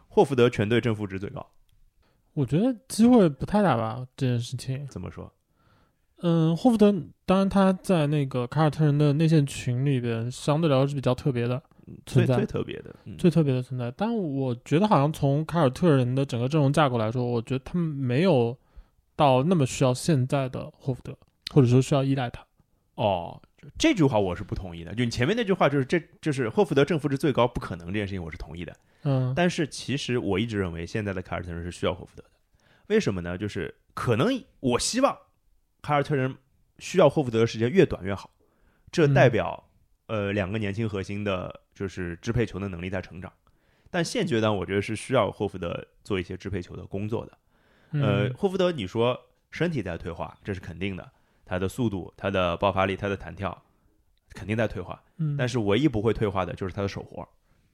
Speaker 1: 霍福德全队正负值最高，
Speaker 2: 我觉得机会不太大吧，这件事情。
Speaker 1: 怎么说？
Speaker 2: 嗯，霍福德当然他在那个凯尔特人的内线群里边相对来说是比较特别的，
Speaker 1: 最
Speaker 2: 存在
Speaker 1: 嗯最特别的，嗯
Speaker 2: 最特别的存在。但我觉得好像从凯尔特人的整个阵容架构来说，我觉得他们没有到那么需要现在的霍福德，或者说需要依赖他。
Speaker 1: 哦，这这句话我是不同意的。就你前面那句话，就是这就是霍福德正负值最高不可能这件事情，我是同意的。
Speaker 2: 嗯
Speaker 1: 但是其实我一直认为现在的凯尔特人是需要霍福德的，为什么呢？就是可能我希望凯尔特人需要霍福德的时间越短越好，这代表、呃两个年轻核心的就是支配球的能力在成长。但现阶段我觉得是需要霍福德做一些支配球的工作的。呃，
Speaker 2: 嗯
Speaker 1: 霍福德，你说身体在退化，这是肯定的，他的速度、他的爆发力、他的弹跳肯定在退化。
Speaker 2: 嗯，
Speaker 1: 但
Speaker 2: 是
Speaker 1: 是唯一不会退化的就是他的手活，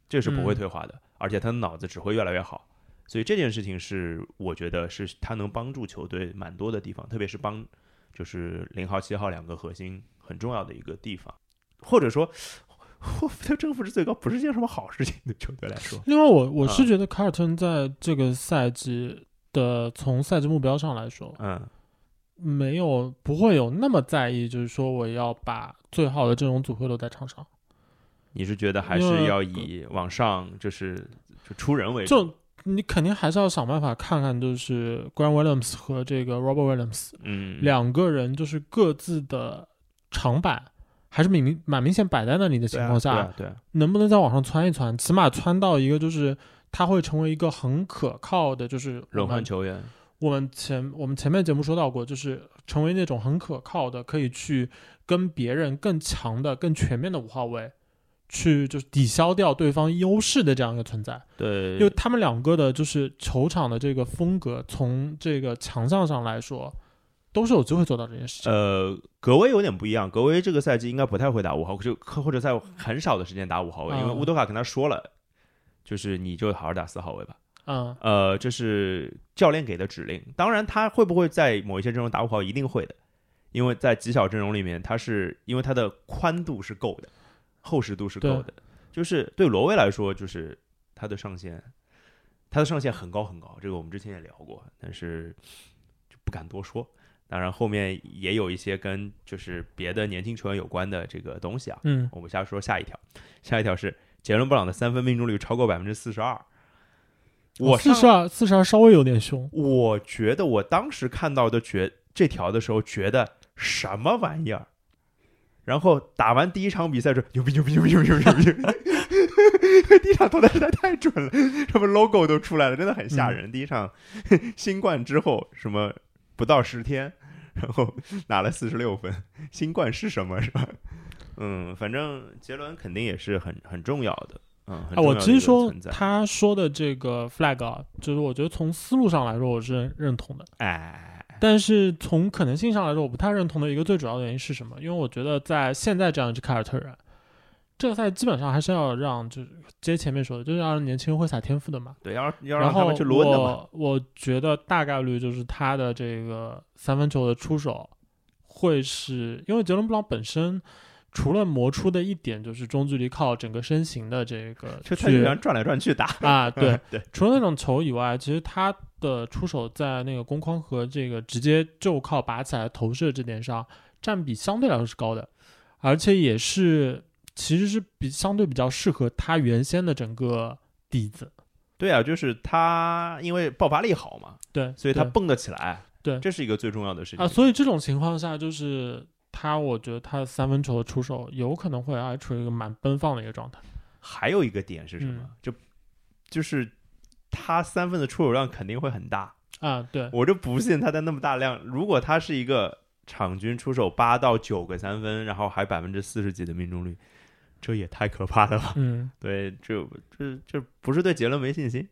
Speaker 1: 这是不会退化的，而且他的脑子只会越来越好。所以这件事情是我觉得是他能帮助球队蛮多的地方，特别是帮就是零号、七号两个核心很重要的一个地方，或者说。霍福特正负值最高不是件什么好事情，对球队来说，
Speaker 2: 另外我我是
Speaker 1: 啊
Speaker 2: 觉得凯尔特人在这个赛季的从赛制目标上来说，
Speaker 1: 嗯
Speaker 2: 没有不会有那么在意，就是说我要把最好的阵容组合留在场上。
Speaker 1: 你是觉得还是
Speaker 2: 呃
Speaker 1: 要以往上就是就出人为主？
Speaker 2: 就你肯定还是要想办法看看，就是 Grant Williams 和这个 Robert Williams
Speaker 1: 嗯，
Speaker 2: 两个人就是各自的长板还是明明蛮明显摆在那里的情
Speaker 1: 对啊
Speaker 2: 况下，
Speaker 1: 对啊对啊
Speaker 2: 能不能再往上窜一窜，起码窜到一个就是他会成为一个很可靠的，就是我
Speaker 1: 轮换
Speaker 2: 们
Speaker 1: 球员，
Speaker 2: 我们前我们前面节目说到过，就是成为那种很可靠的，可以去跟别人更强的、更全面的五号位。去就是抵消掉对方优势的这样一个存在，
Speaker 1: 对，
Speaker 2: 因为他们两个的就是球场的这个风格，从这个强项上来说，都是有机会做到这件事情。
Speaker 1: 呃，格威有点不一样，格威这个赛季应该不太会打五号，就或者在很少的时间打五号位，因为
Speaker 2: 嗯
Speaker 1: 乌多卡跟他说了，就是你就好好打四号位吧。
Speaker 2: 嗯
Speaker 1: 呃，这是教练给的指令。当然，他会不会在某一些阵容打五号，一定会的，因为在极小阵容里面，他是因为他的宽度是够的，厚实度是够的。就是对罗威来说，就是他的上限，他的上限很高很高，这个我们之前也聊过，但是就不敢多说。当然，后面也有一些跟就是别的年轻球员有关的这个东西啊，
Speaker 2: 嗯，
Speaker 1: 我们瞎说下一条，下一条是杰伦布朗的三分命中率超过百分之四十二。我
Speaker 2: 哦四
Speaker 1: 上
Speaker 2: 十二四十二稍微有点凶，
Speaker 1: 我觉得我当时看到的觉这条的时候，觉得什么玩意儿？然后打完第一场比赛之后，牛逼牛逼牛逼牛逼牛逼！牛逼 第一场投的实在太准了，什么 logo 都出来了，真的很吓
Speaker 2: 嗯
Speaker 1: 人。第一场 新冠之后，什么不到十天，然后拿了四十六分。新冠是什么？是吧？嗯，反正杰伦肯定也是很很重要的。嗯，很
Speaker 2: 啊，
Speaker 1: 重要
Speaker 2: 我
Speaker 1: 的
Speaker 2: 其
Speaker 1: 一
Speaker 2: 实
Speaker 1: 个
Speaker 2: 说
Speaker 1: 存在
Speaker 2: 他说的这个 flag 啊，就是我觉得从思路上来说我是认认同的，
Speaker 1: 哎，
Speaker 2: 但是从可能性上来说我不太认同的一个最主要的原因是什么？因为我觉得在现在这样一支凯尔特人，这个赛基本上还是要让，就是接前面说的，就是要让年轻人挥洒天赋的嘛。
Speaker 1: 对，要要
Speaker 2: 然
Speaker 1: 让他
Speaker 2: 后
Speaker 1: 们去抡的嘛。
Speaker 2: 我我觉得大概率就是他的这个三分球的出手会是，因为杰伦布朗本身除了磨出的一点就是中距离靠整个身形的这个
Speaker 1: 就他
Speaker 2: 去
Speaker 1: 就想转来转去打，
Speaker 2: 啊，对
Speaker 1: 对，
Speaker 2: 除了那种球以外，其实他的出手在那个攻框和这个直接就靠拔起来投射这点上，占比相对来说是高的，而且也是其实是比相对比较适合他原先的整个底子。
Speaker 1: 对啊，就是他因为爆发力好嘛，
Speaker 2: 对，
Speaker 1: 所以他
Speaker 2: 对
Speaker 1: 蹦得起来，
Speaker 2: 对
Speaker 1: 这是一个最重要的事情
Speaker 2: 啊，所以这种情况下，就是他，我觉得他三分球的出手有可能会还处于一个蛮奔放的一个状态。
Speaker 1: 还有一个点是什么
Speaker 2: 嗯？
Speaker 1: 就就是他三分的出手量肯定会很大，
Speaker 2: 啊，对，
Speaker 1: 我就不信他在那么大量。如果他是一个场均出手八到九个三分，然后还百分之四十几的命中率，这也太可怕 了吧？
Speaker 2: 嗯，
Speaker 1: 对，这这这不是对杰伦没信心，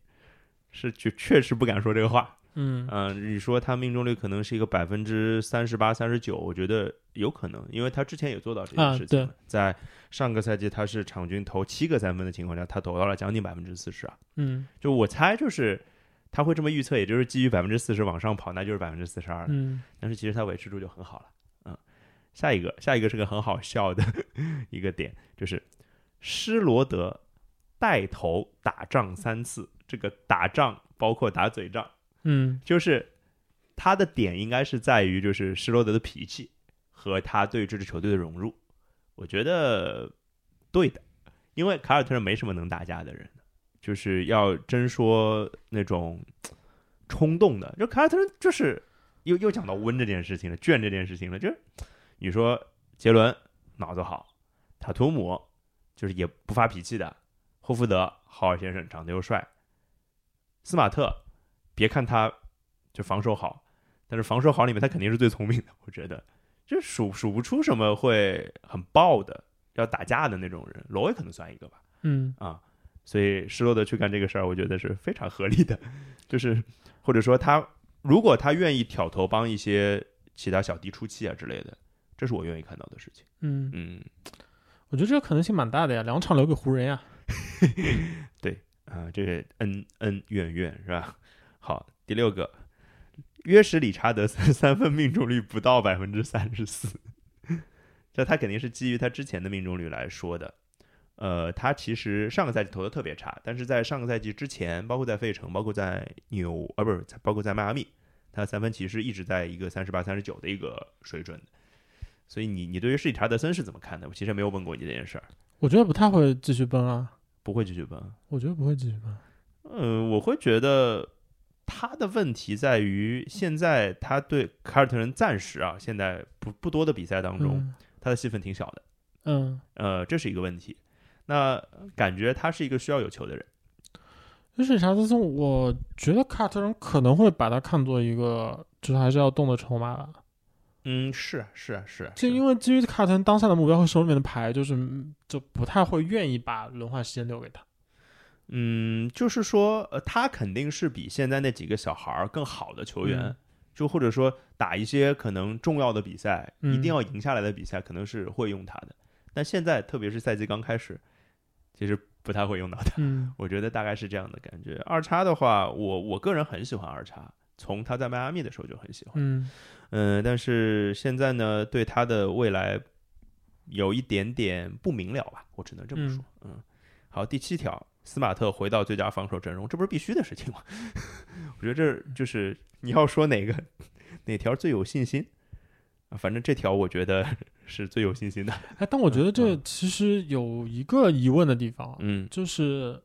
Speaker 1: 是确确实不敢说这个话。
Speaker 2: 嗯，
Speaker 1: 嗯、你说他命中率可能是一个百分之三十八、三十九，我觉得有可能，因为他之前也做到这件
Speaker 2: 啊
Speaker 1: 事情了、
Speaker 2: 对
Speaker 1: 在上个赛季他是场均投七个三分的情况下，他投到了将近百分之四十啊。
Speaker 2: 嗯，
Speaker 1: 就我猜就是他会这么预测，也就是基于百分之四十往上跑，那就是百分之四十二。
Speaker 2: 嗯，
Speaker 1: 但是其实他维持住就很好了。嗯，下一个，下一个是个很好笑的一个点，就是施罗德带头打仗三次，这个打仗包括打嘴仗。
Speaker 2: 嗯，
Speaker 1: 就是他的点应该是在于就是施罗德的脾气和他对这支球队的融入，我觉得对的，因为凯尔特人没什么能打架的人，就是要真说那种嘖冲动的，就凯尔特人就是又又讲到温这件事情了，卷这件事情了，就是你说杰伦脑子好，塔图姆就是也不发脾气的，霍福德好尔先生长得又帅，斯马特别看他就防守好，但是防守好里面他肯定是最聪明的，我觉得这数数不出什么会很爆的要打架的那种人，罗威可能算一个吧
Speaker 2: 嗯，
Speaker 1: 啊，所以施罗德去干这个事儿，我觉得是非常合理的，就是或者说他如果他愿意挑头帮一些其他小弟出气啊之类的，这是我愿意看到的事情。
Speaker 2: 嗯，
Speaker 1: 嗯，
Speaker 2: 我觉得这个可能性蛮大的呀，两场留给湖人呀。
Speaker 1: 啊，这个恩恩怨怨是吧？好，第六个，约什·理查德森三分命中率不到百分之三十四， 这他肯定是基于他之前的命中率来说的。呃，他其实上个赛季投的特别差，但是在上个赛季之前，包括在费城，包括在纽，啊，不是，包括在迈阿密，他的三分其实一直在一个三十八、三十九的一个水准的。所以你你对于施理查德森是怎么看的？我其实没有问过你这件事儿，
Speaker 2: 我觉得不太会继续崩啊，
Speaker 1: 不会继续问啊。
Speaker 2: 我觉得不会继续崩。
Speaker 1: 呃，我会觉得他的问题在于，现在他对凯尔特人暂时啊，现在不不多的比赛当中，
Speaker 2: 嗯，
Speaker 1: 他的戏份挺小的，
Speaker 2: 嗯，
Speaker 1: 呃，这是一个问题。那感觉他是一个需要有球的人，
Speaker 2: 就是查德森，我觉得卡特人可能会把他看作一个，就是还是要动的筹码吧。
Speaker 1: 嗯，是啊是啊是啊，
Speaker 2: 就是
Speaker 1: 啊
Speaker 2: 因为基于卡特人当下的目标和手里面的牌，就是嗯就不太会愿意把轮换时间留给他。
Speaker 1: 嗯，就是说，呃，他肯定是比现在那几个小孩儿更好的球员，
Speaker 2: 嗯
Speaker 1: 就或者说打一些可能重要的比赛，一
Speaker 2: 嗯
Speaker 1: 定要赢下来的比赛，可能是会用他的。但现在，特别是赛季刚开始，其实不太会用到他。
Speaker 2: 嗯
Speaker 1: 我觉得大概是这样的感觉。二叉的话，我我个人很喜欢二叉，从他在迈阿密的时候就很喜欢。
Speaker 2: 嗯
Speaker 1: 嗯、但是现在呢，对他的未来有一点点不明了吧，我只能这么说。嗯，好，第七条，斯马特回到最佳防守阵容，这不是必须的事情吗？ 我觉得这就是你要说哪个哪条最有信心，啊反正这条我觉得 是最有信心的。
Speaker 2: 哎，但我觉得这其实有一个疑问的地方啊，
Speaker 1: 嗯，
Speaker 2: 就是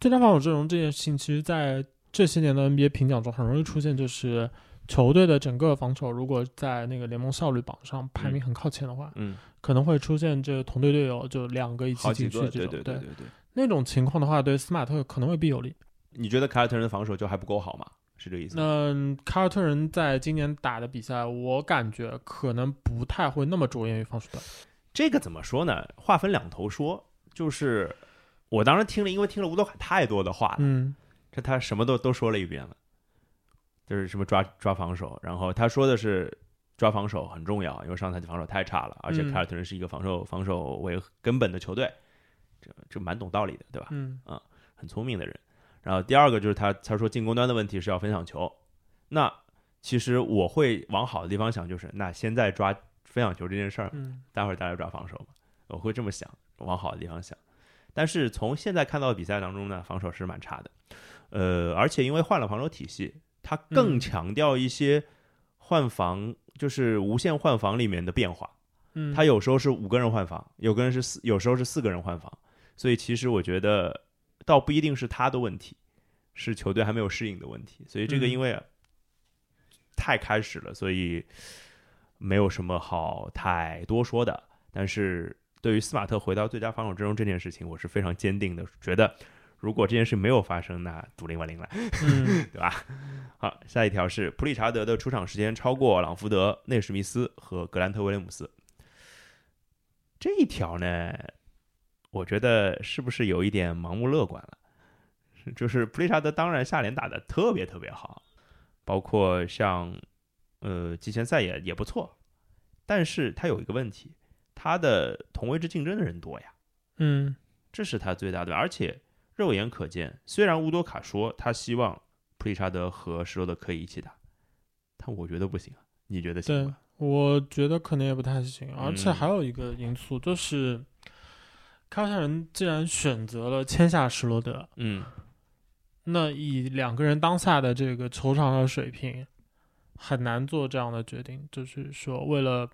Speaker 2: 最佳防守阵容这件事情，其实在这些年的 NBA 评奖中很容易出现，就是球队的整个防守如果在那个联盟效率榜上排名很靠前的话，
Speaker 1: 嗯，
Speaker 2: 可能会出现这同队队友就两个一起
Speaker 1: 好几
Speaker 2: 进去
Speaker 1: 个，
Speaker 2: 这
Speaker 1: 对
Speaker 2: 种。
Speaker 1: 对对对对。
Speaker 2: 那种情况的话，对斯马特可能会必有利。
Speaker 1: 你觉得凯尔特人的防守就还不够好吗？是这个意思吗？
Speaker 2: 那凯尔特人在今年打的比赛，我感觉可能不太会那么着眼于防守端。
Speaker 1: 这个怎么说呢？话分两头说，就是我当时听了，因为听了吴德凯太多的话了，
Speaker 2: 嗯
Speaker 1: 这他什么都都说了一遍了，就是什么抓抓防守，然后他说的是抓防守很重要，因为上赛季防守太差了，而且
Speaker 2: 嗯
Speaker 1: 凯尔特人是一个防守防守为根本的球队，这这蛮懂道理的，对吧？
Speaker 2: 嗯
Speaker 1: 很聪明的人。然后第二个就是他他说进攻端的问题是要分享球，那其实我会往好的地方想，就是那现在抓分享球这件事儿，
Speaker 2: 嗯
Speaker 1: 待会儿大家抓防守嘛，我会这么想，往好的地方想。但是从现在看到的比赛当中呢，防守是蛮差的，呃，而且因为换了防守体系，他更
Speaker 2: 嗯
Speaker 1: 强调一些换防，就是无限换防里面的变化。
Speaker 2: 嗯，
Speaker 1: 他有时候是五个人换防，有个人是四，有时候是四个人换防，所以其实我觉得倒不一定是他的问题，是球队还没有适应的问题。所以这个
Speaker 2: 嗯
Speaker 1: 因为太开始了，所以没有什么好太多说的。但是对于斯马特回到最佳防守阵容这件事情，我是非常坚定的，觉得如果这件事没有发生，那赌零万零来。
Speaker 2: 嗯
Speaker 1: 对吧？好，下一条是普里查德的出场时间超过朗福德、内史密斯和格兰特·威廉姆斯。这一条呢，我觉得是不是有一点盲目乐观了？是就是普利查德当然下联打得特别特别好，包括像呃季前赛也也不错，但是他有一个问题，他的同位置竞争的人多呀。
Speaker 2: 嗯
Speaker 1: 这是他最大的。而且肉眼可见，虽然乌多卡说他希望普里查德和施罗德可以一起打，但我觉得不行啊。你觉得行
Speaker 2: 对
Speaker 1: 吗？，
Speaker 2: 我觉得可能也不太行，而且
Speaker 1: 嗯
Speaker 2: 还有一个因素就是，凯尔特人既然选择了签下施罗德，
Speaker 1: 嗯
Speaker 2: 那以两个人当下的这个球场上的水平，很难做这样的决定。就是说，为了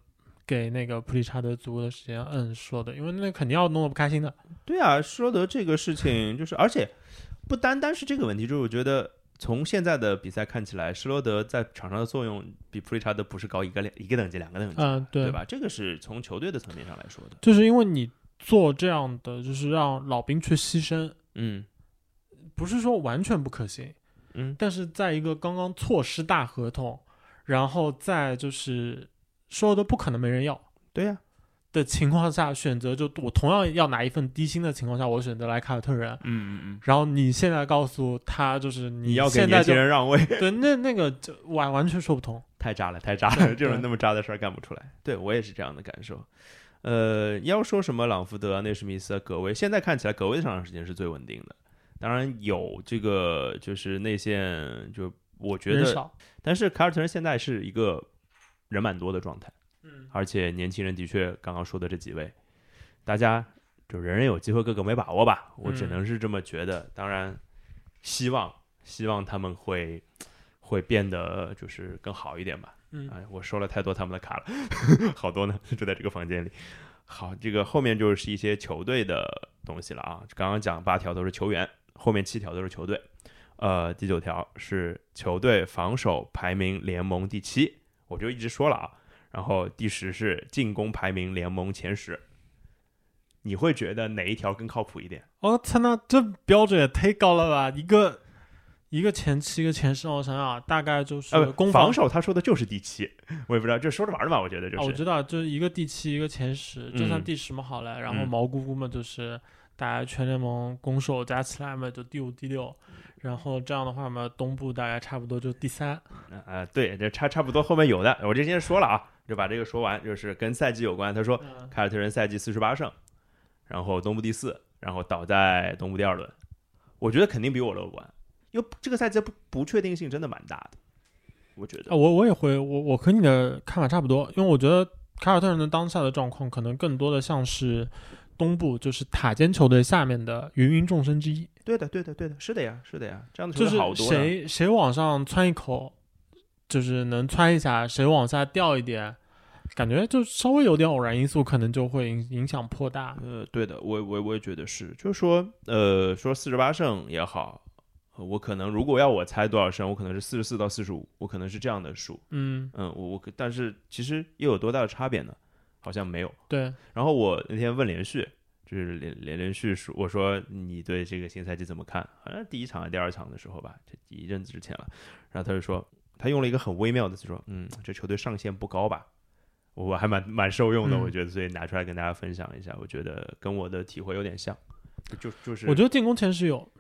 Speaker 2: 给那个普利查德足够的时间，嗯，说的，因为那肯定要弄得不开心的。
Speaker 1: 对啊，施罗德这个事情就是，而且不单单是这个问题，就是我觉得从现在的比赛看起来，施罗德在场上的作用比普里查德不是高一个两一个等级、两个等级，
Speaker 2: 嗯、对
Speaker 1: 啊对？吧？这个是从球队的层面上来说的。
Speaker 2: 就是因为你做这样的，就是让老兵去牺牲，
Speaker 1: 嗯
Speaker 2: 不是说完全不可行，
Speaker 1: 嗯
Speaker 2: 但是在一个刚刚错失大合同，然后再就是说的不可能没人要
Speaker 1: 对呀、
Speaker 2: 的情况下，选择就我同样要拿一份低薪的情况下，我选择来凯尔特人。
Speaker 1: 嗯嗯嗯，
Speaker 2: 然后你现在告诉他，就是
Speaker 1: 你要给
Speaker 2: 现在
Speaker 1: 年
Speaker 2: 就
Speaker 1: 轻人让位，
Speaker 2: 对，那那个就完完全说不通。
Speaker 1: 太渣了，太渣
Speaker 2: 对
Speaker 1: 了，这种
Speaker 2: 嗯对
Speaker 1: 那么渣的事儿干不出来。对我也是这样的感受。呃，要说什么朗福德啊、内史密斯啊、葛威，现在看起来葛威的上场时间是最稳定的。当然有这个就是内线，就我觉
Speaker 2: 人
Speaker 1: 得，
Speaker 2: 少，
Speaker 1: 但是凯尔特人现在是一个人蛮多的状态，
Speaker 2: 嗯
Speaker 1: 而且年轻人的确刚刚说的这几位，大家就人人有机会，个个没把握吧，我只
Speaker 2: 嗯
Speaker 1: 能是这么觉得。当然，希望希望他们会会变得就是更好一点吧。
Speaker 2: 嗯
Speaker 1: 哎，我收了太多他们的卡了， 好多呢，就在这个房间里。好，这个后面就是一些球队的东西了啊。刚刚讲八条都是球员，后面七条都是球队。呃，第九条是球队防守排名联盟第七，我就一直说了啊。然后第十是进攻排名联盟前十。你会觉得哪一条更靠谱一点？
Speaker 2: 我操，那这标准也太高了吧？一个一个前七，一个前十，我想想啊，大概就
Speaker 1: 呃，
Speaker 2: 是
Speaker 1: 不
Speaker 2: 攻
Speaker 1: 防守他说的就是第七，我也不知道，这说着玩儿的吧？我觉得就
Speaker 2: 啊，我
Speaker 1: 是，
Speaker 2: 知道，就是一个第七，一个前十，就算
Speaker 1: 嗯
Speaker 2: 第十嘛好了。然后
Speaker 1: 嗯
Speaker 2: 毛咕咕嘛，就是大家全联盟攻守加起来嘛，就第五、第六。然后这样的话嘛，东部大概差不多就第三。
Speaker 1: 啊、对，这差差不多后面有的，我这先说了啊，就把这个说完，就是跟赛季有关。他说
Speaker 2: 嗯
Speaker 1: 凯尔特人赛季四十八胜，然后东部第四，然后倒在东部第二轮，我觉得肯定比我乐观，因为这个赛季不不确定性真的蛮大的，我觉
Speaker 2: 啊，
Speaker 1: 得。
Speaker 2: 我我也会，我我和你的看法差不多，因为我觉得凯尔特人的当下的状况可能更多的像是东部，就是塔尖球队下面的芸芸众生之一，
Speaker 1: 对的，对的，对的，是的呀，是的呀，这样的球
Speaker 2: 就
Speaker 1: 队
Speaker 2: 是
Speaker 1: 好多呢。
Speaker 2: 谁谁往上窜一口，就是能窜一下，谁往下掉一点，感觉就稍微有点偶然因素，可能就会影影响颇大。
Speaker 1: 呃，对的，我我我也觉得是，就是说，呃，说四十八胜也好，呃我可能如果要我猜多少胜，我可能是四十四到四十五，我可能是这样的数。
Speaker 2: 嗯，
Speaker 1: 嗯，我我但是其实又有多大的差别呢？好像没有。
Speaker 2: 对，
Speaker 1: 然后我那天问连续，就是连连连续说，我说你对这个新赛季怎么看？好像第一场还是第二场的时候吧，这一阵子之前了。然后他就说，他用了一个很微妙的词说，嗯，这球队上限不高吧？我还蛮蛮受用的，
Speaker 2: 嗯
Speaker 1: 我觉得，所以拿出来跟大家分享一下，我觉得跟我的体会有点像，就就是
Speaker 2: 我觉得进攻前十有，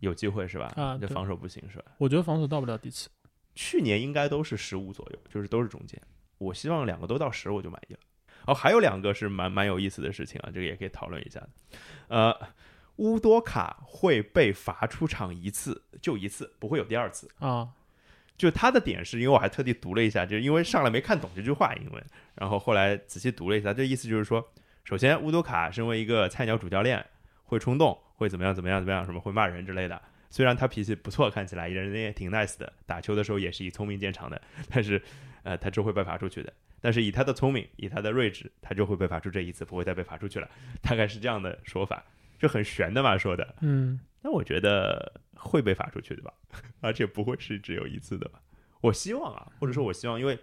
Speaker 1: 有机会是吧？
Speaker 2: 啊
Speaker 1: 这
Speaker 2: 对
Speaker 1: 防守不行是吧？
Speaker 2: 我觉得防守到不了第七。
Speaker 1: 去年应该都是十五左右，就是都是中间。我希望两个都到十，我就满意了。哦，还有两个是蛮蛮有意思的事情啊，这个也可以讨论一下的。呃，乌多卡会被罚出场一次，就一次，不会有第二次。
Speaker 2: 啊，
Speaker 1: 就他的点是因为我还特地读了一下，就是因为上来没看懂这句话英文，然后后来仔细读了一下，这意思就是说，首先乌多卡身为一个菜鸟主教练，会冲动，会怎么样怎么样怎么样，什么会骂人之类的。虽然他脾气不错，看起来人也挺 nice 的，打球的时候也是以聪明见长的，但是，呃，他就会被罚出去的。但是以他的聪明，以他的睿智，他就会被罚出这一次，不会再被罚出去了。大概是这样的说法，就很悬的嘛说的。
Speaker 2: 嗯，
Speaker 1: 但我觉得会被罚出去的吧， 而且不会是只有一次的吧。我希望啊，或者说我希望，因为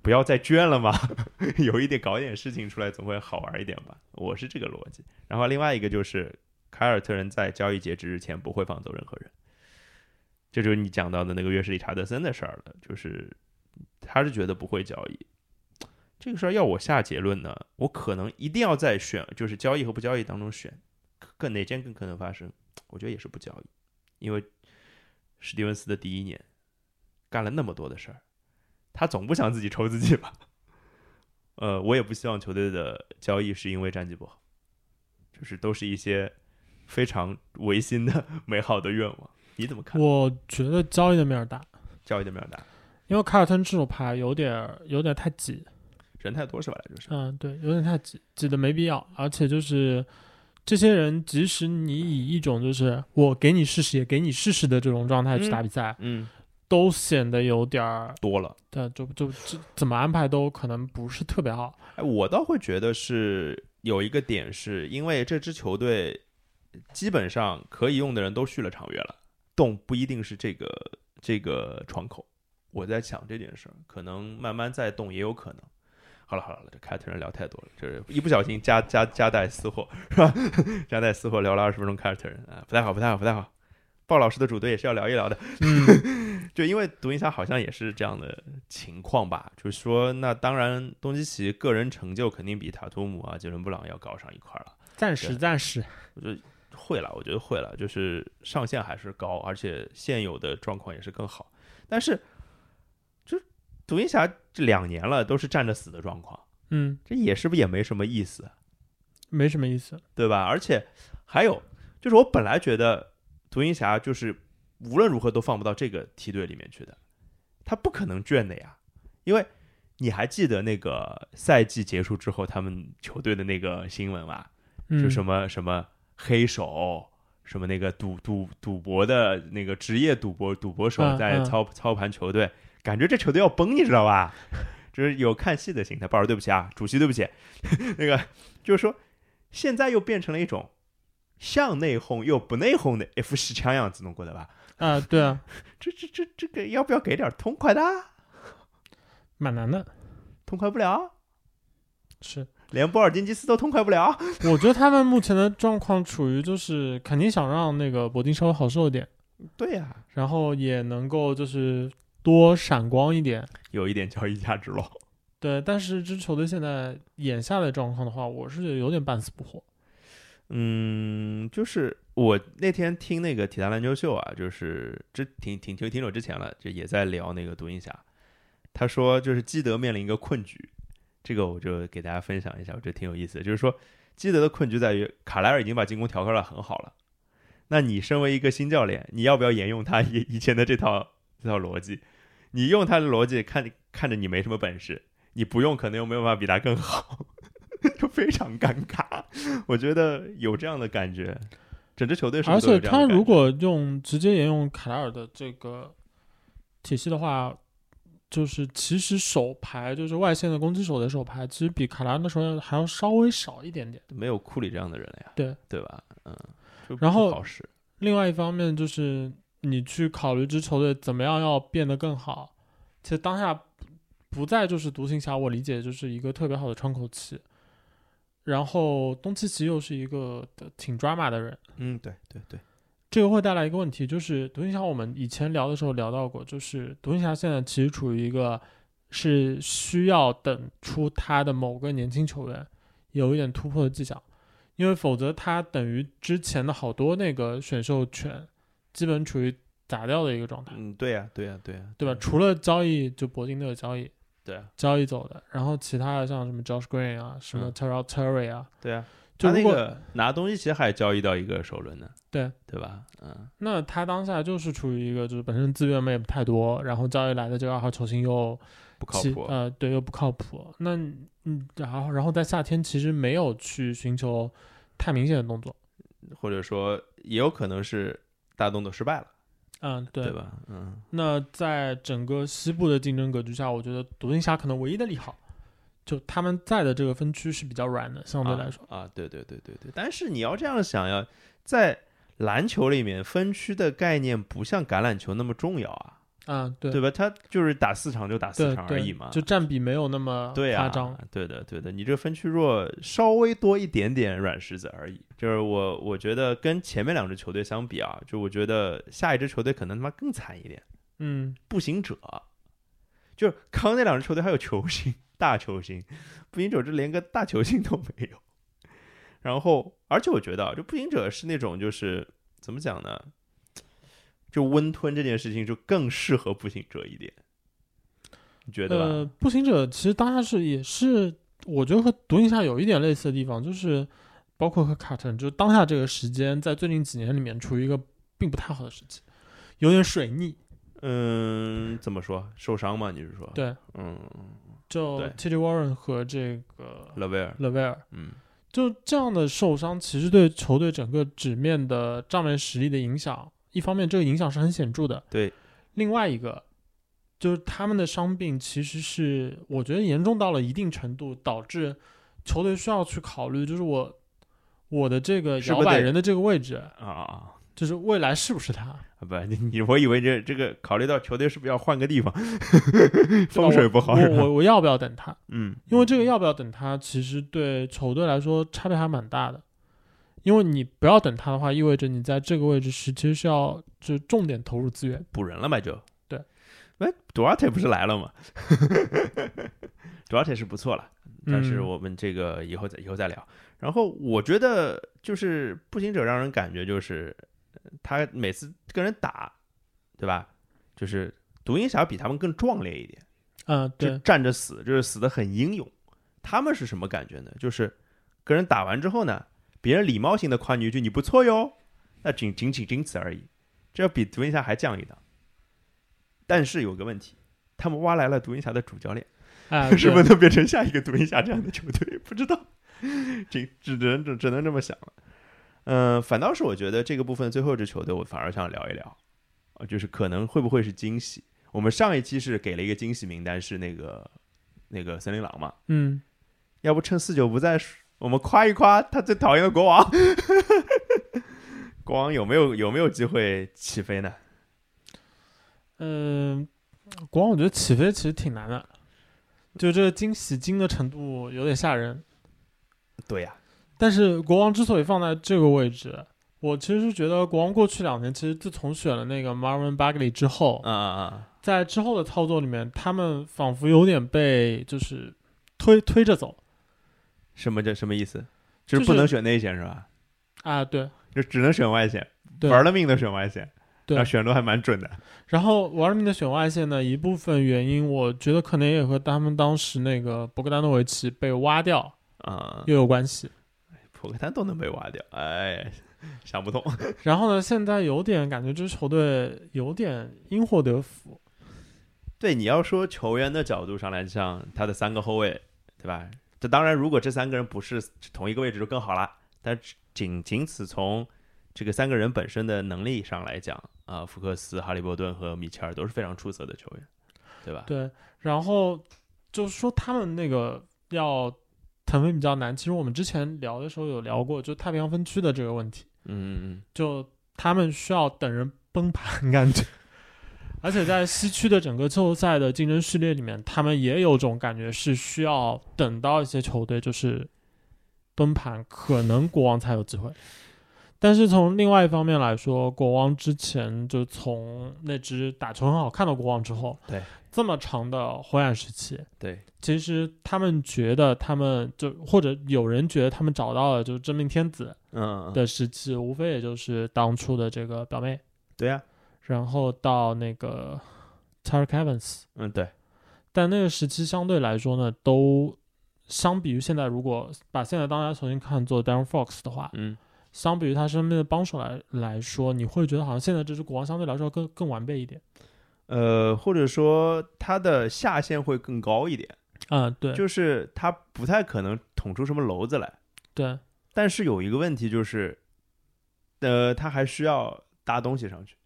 Speaker 1: 不要再卷了嘛， 有一点搞一点事情出来，总会好玩一点吧。我是这个逻辑。然后另外一个就是，凯尔特人在交易截止日前不会放走任何人。这就是你讲到的那个约什理查德森的事儿了，就是他是觉得不会交易。这个事儿要我下结论呢，我可能一定要在选，就是交易和不交易当中选，更哪件更可能发生。我觉得也是不交易，因为史蒂文斯的第一年干了那么多的事儿，他总不想自己抽自己吧？呃，我也不希望球队的交易是因为战绩不好，就是都是一些非常违心的 美好的愿望。你怎么看
Speaker 2: 我觉得交易的面儿大，
Speaker 1: 交易的秒打？
Speaker 2: 因为凯尔特人这种牌有点儿有点儿太挤，
Speaker 1: 人太多是吧？就是
Speaker 2: 嗯，对，有点太挤，挤的没必要。而且就是这些人，即使你以一种就是我给你试试，也给你试试的这种状态去打比赛，
Speaker 1: 嗯，
Speaker 2: 都显得有点儿，
Speaker 1: 多了。
Speaker 2: 对，就就就怎么安排都可能不是特别好。
Speaker 1: 哎，我倒会觉得是有一个点，是因为这支球队基本上可以用的人都续了长约了，动不一定是这个这个窗口。我在想这件事儿，可能慢慢再动也有可能。好了好了，这凯尔特人聊太多了，这一不小心夹夹夹带私货是吧？ 夹带私货聊了二十分钟凯尔特人啊，不太好不太好不太好。鲍老师的主队也是要聊一聊的，
Speaker 2: 嗯，
Speaker 1: 就因为独行侠好像也是这样的情况吧，就是说，那当然，东契奇个人成就肯定比塔图姆啊、杰伦布朗要高上一块儿了。
Speaker 2: 暂时暂时，
Speaker 1: 我觉得会了，我觉得会了，就是上限还是高，而且现有的状况也是更好。但是，就独行侠这两年了都是站着死的状况，
Speaker 2: 嗯，
Speaker 1: 这也是不是也没什么意思？
Speaker 2: 没什么意思。
Speaker 1: 对吧？而且还有，就是我本来觉得独行侠就是无论如何都放不到这个梯队里面去的，他不可能卷的呀，因为你还记得那个赛季结束之后他们球队的那个新闻吧？
Speaker 2: 嗯，
Speaker 1: 就什么什么黑手，什么那个赌赌赌博的那个职业赌博赌博手
Speaker 2: 嗯
Speaker 1: 在
Speaker 2: 嗯
Speaker 1: 操、操盘球队，感觉这球队要崩，你知道吧？ 就是有看戏的心态。鲍尔，对不起啊，主席，对不起。 那个就是说，现在又变成了一种向内讧又不内讧的哎 F 十强样子，弄过的吧？
Speaker 2: 啊、对啊，
Speaker 1: 这这这这个要不要给点痛快的啊？
Speaker 2: 蛮难的。
Speaker 1: 痛快不了，啊
Speaker 2: 是，
Speaker 1: 连波尔津吉斯都痛快不了。啊
Speaker 2: 我觉得他们目前的状况处于就是肯定想让那个铂金稍微好受一点，
Speaker 1: 对呀、
Speaker 2: 然后也能够就是多闪光一点。
Speaker 1: 有一点交易价值喽。
Speaker 2: 对，但是这支球队现在眼下的状况的话，我是有点半死不活。
Speaker 1: 嗯，就是我那天听那个《体坛篮球秀》啊，就是这挺挺挺挺久之前了，就也在聊那个独行侠。他说，就是基德面临一个困局，这个我就给大家分享一下，我觉得挺有意思的。就是说，基德的困局在于卡莱尔已经把进攻调教的很好了，那你身为一个新教练，你要不要沿用他以以前的这套这套逻辑？你用他的逻辑看看着你没什么本事，你不用可能又没有办法比他更好， 就非常尴尬。我觉得有这样的感觉，整支球队是不
Speaker 2: 而
Speaker 1: 是都
Speaker 2: 且
Speaker 1: 有这样的
Speaker 2: 他
Speaker 1: 感觉
Speaker 2: 如果用直接沿用凯莱尔的这个体系的话，就是其实手牌就是外线的攻击手的手牌，其实比凯莱尔的时候还要稍微少一点点。
Speaker 1: 没有库里这样的人了呀，
Speaker 2: 对
Speaker 1: 对吧？嗯，就
Speaker 2: 然后
Speaker 1: 不好使，
Speaker 2: 另外一方面就是你去考虑支球队怎么样要变得更好，其实当下不再就是独行侠，我理解就是一个特别好的窗口期。然后东契奇又是一个挺 drama 的人，
Speaker 1: 嗯，对对对，
Speaker 2: 这个会带来一个问题，就是独行侠，我们以前聊的时候聊到过，就是独行侠现在其实处于一个是需要等出他的某个年轻球员有一点突破的迹象，因为否则他等于之前的好多那个选秀权基本处于砸掉的一个状态，
Speaker 1: 嗯嗯，对呀、对呀、对呀、
Speaker 2: 对吧？除了交易就铂金队的交易，
Speaker 1: 对啊，
Speaker 2: 交易走的，然后其他的像什么 Josh Green 啊，什么
Speaker 1: 嗯
Speaker 2: Terrell Terry 啊，
Speaker 1: 对啊，
Speaker 2: 就
Speaker 1: 他那
Speaker 2: 如果、
Speaker 1: 个拿东西其实还交易到一个首轮呢，
Speaker 2: 对，
Speaker 1: 对吧？嗯，
Speaker 2: 那他当下就是处于一个就是本身资源没有太多，然后交易来的这个二号球星又
Speaker 1: 不靠
Speaker 2: 其
Speaker 1: 谱。
Speaker 2: 呃，对，又不靠谱。那嗯，然后然后在夏天其实没有去寻求太明显的动作，
Speaker 1: 或者说也有可能是大动作失败了，
Speaker 2: 嗯，对
Speaker 1: 对吧？嗯，
Speaker 2: 那在整个西部的竞争格局下，我觉得独行侠可能唯一的利好，就他们在的这个分区是比较软的，相对来说，
Speaker 1: 啊啊，对对对对对。但是你要这样想要在篮球里面分区的概念不像橄榄球那么重要啊，
Speaker 2: 啊，对
Speaker 1: 对吧？它就是打四场就打四
Speaker 2: 对
Speaker 1: 场而已
Speaker 2: 对
Speaker 1: 嘛，，
Speaker 2: 就占比没有那么
Speaker 1: 对
Speaker 2: 夸
Speaker 1: 啊
Speaker 2: 张，，
Speaker 1: 对的对的。你这分区弱稍微多一点点软石子而已，就是我我觉得跟前面两支球队相比啊，就我觉得下一支球队可能他妈更惨一点。
Speaker 2: 嗯，
Speaker 1: 步行者，就是康那两支球队还有球星，大球星，步行者这连个大球星都没有。然后，而且我觉得啊，就步行者是那种就是怎么讲呢，就温吞这件事情就更适合步行者一点，你觉得吧？
Speaker 2: 呃，步行者其实当下是也是，我觉得和独行侠有一点类似的地方，就是包括和卡特，就是当下这个时间在最近几年里面处于一个并不太好的时期，有点水逆，
Speaker 1: 嗯，怎么说？受伤吗？你是说？，
Speaker 2: 对，
Speaker 1: 嗯，
Speaker 2: 就
Speaker 1: 对
Speaker 2: T J Warren 和这个
Speaker 1: 勒维尔，
Speaker 2: 勒维尔。
Speaker 1: 嗯，
Speaker 2: 就这样的受伤，其实对球队整个纸面的账面实力的影响，一方面这个影响是很显著的，
Speaker 1: 对，
Speaker 2: 另外一个就是他们的伤病其实是我觉得严重到了一定程度，导致球队需要去考虑，就是我我的这个
Speaker 1: 是不
Speaker 2: 摇
Speaker 1: 是
Speaker 2: 摆
Speaker 1: 得
Speaker 2: 人的这个位置，
Speaker 1: 啊啊啊。
Speaker 2: 就是未来是不是他？
Speaker 1: 啊不，你你我以为这这个考虑到球队是不是要换个地方，
Speaker 2: 对吧
Speaker 1: 风水不好
Speaker 2: 我
Speaker 1: 是吧？
Speaker 2: 我我要不要等他？
Speaker 1: 嗯，
Speaker 2: 因为这个要不要等他，其实对球队来说差别还蛮大的。因为你不要等他的话，意味着你在这个位置是其实是要就重点投入资源。
Speaker 1: 补人了嘛就。
Speaker 2: 对，
Speaker 1: 哎，Duarte 不是来了吗 ？Duarte 是不错了，但是
Speaker 2: 嗯
Speaker 1: 我们这个以后再以后再聊。然后我觉得就是步行者让人感觉就是呃他每次跟人打，对吧？就是独行侠比他们更壮烈一点，
Speaker 2: 嗯、
Speaker 1: 就
Speaker 2: 对，
Speaker 1: 站着死，就是死的很英勇。他们是什么感觉呢？就是跟人打完之后呢，别人礼貌性的夸你一句“你不错哟”，那仅仅仅仅此而已，这要比独行侠还降一档。但是有个问题，他们挖来了独行侠的主教练，
Speaker 2: 哎、
Speaker 1: 是不
Speaker 2: 对
Speaker 1: 是能变成下一个独行侠这样的球队？不 知道，只只能只只能这么想了。嗯、反倒是我觉得这个部分最后一支球队，我反而想聊一聊，呃就是可能会不会是惊喜？我们上一期是给了一个惊喜名单，是那个那个森林狼嘛？
Speaker 2: 嗯，
Speaker 1: 要不趁四九不在，我们夸一夸他最讨厌的国王。 国王有没有有没有机会起飞呢？
Speaker 2: 嗯、国王我觉得起飞其实挺难的，就这个惊喜惊的程度有点吓人。
Speaker 1: 对呀、
Speaker 2: 但是国王之所以放在这个位置，我其实是觉得国王过去两年其实自从选了那个 Marvin Bagley 之后，
Speaker 1: 啊啊啊！
Speaker 2: 在之后的操作里面，他们仿佛有点被就是推推着走
Speaker 1: 什么这什么意思？就
Speaker 2: 就是是
Speaker 1: 不能选内线是吧？
Speaker 2: 啊，对
Speaker 1: 就只能选外线。
Speaker 2: 对，
Speaker 1: 玩了命的选外线，
Speaker 2: 对
Speaker 1: 那选的还蛮准的。
Speaker 2: 然后玩了命的选外线呢，一部分原因我觉得可能也和他们当时那个博格丹诺维奇被挖掉
Speaker 1: 啊、
Speaker 2: 又有关系。
Speaker 1: 普克丹都能被挖掉，哎，想不通。
Speaker 2: 然后呢，现在有点感觉这支球队有点因祸得福，
Speaker 1: 对，你要说球员的角度上来讲，他的三个后卫，对吧？这当然，如果这三个人不是同一个位置就更好啦。但只仅仅此从这个三个人本身的能力上来讲，啊、福克斯、哈利伯顿和米切尔都是非常出色的球员，对吧？
Speaker 2: 对。然后就是说他们那个要腾飞比较难，其实我们之前聊的时候有聊过，就太平洋分区的这个问题。
Speaker 1: 嗯嗯
Speaker 2: 就他们需要等人崩盘 感觉。而且在西区的整个季后赛的竞争序列里面，他们也有种感觉是需要等到一些球队就是崩盘，可能国王才有机会。但是从另外一方面来说，国王之前就从那支打球很好看的国王之后，
Speaker 1: 对
Speaker 2: 这么长的灰暗时期，
Speaker 1: 嗯，对，
Speaker 2: 其实他们觉得他们就或者有人觉得他们找到了就是真命天子，
Speaker 1: 嗯，
Speaker 2: 的时期，无非也就是当初的这个表妹，
Speaker 1: 对呀、啊
Speaker 2: 然后到那个 t a r k Evans，
Speaker 1: 嗯对，
Speaker 2: 但那个时期相对来说呢，都相比于现在，如果把现在当家球星看作 Darren Fox 的话，
Speaker 1: 嗯
Speaker 2: 相比于他身边的帮手来来说，你会觉得好像现在这支国王相对来说更更完备一点。
Speaker 1: 呃，或者说他的下限会更高一点，嗯
Speaker 2: 啊、对，
Speaker 1: 就是他不太可能捅出什么娄子来。
Speaker 2: 对，
Speaker 1: 但是有一个问题就是，呃，他还需要搭东西上去，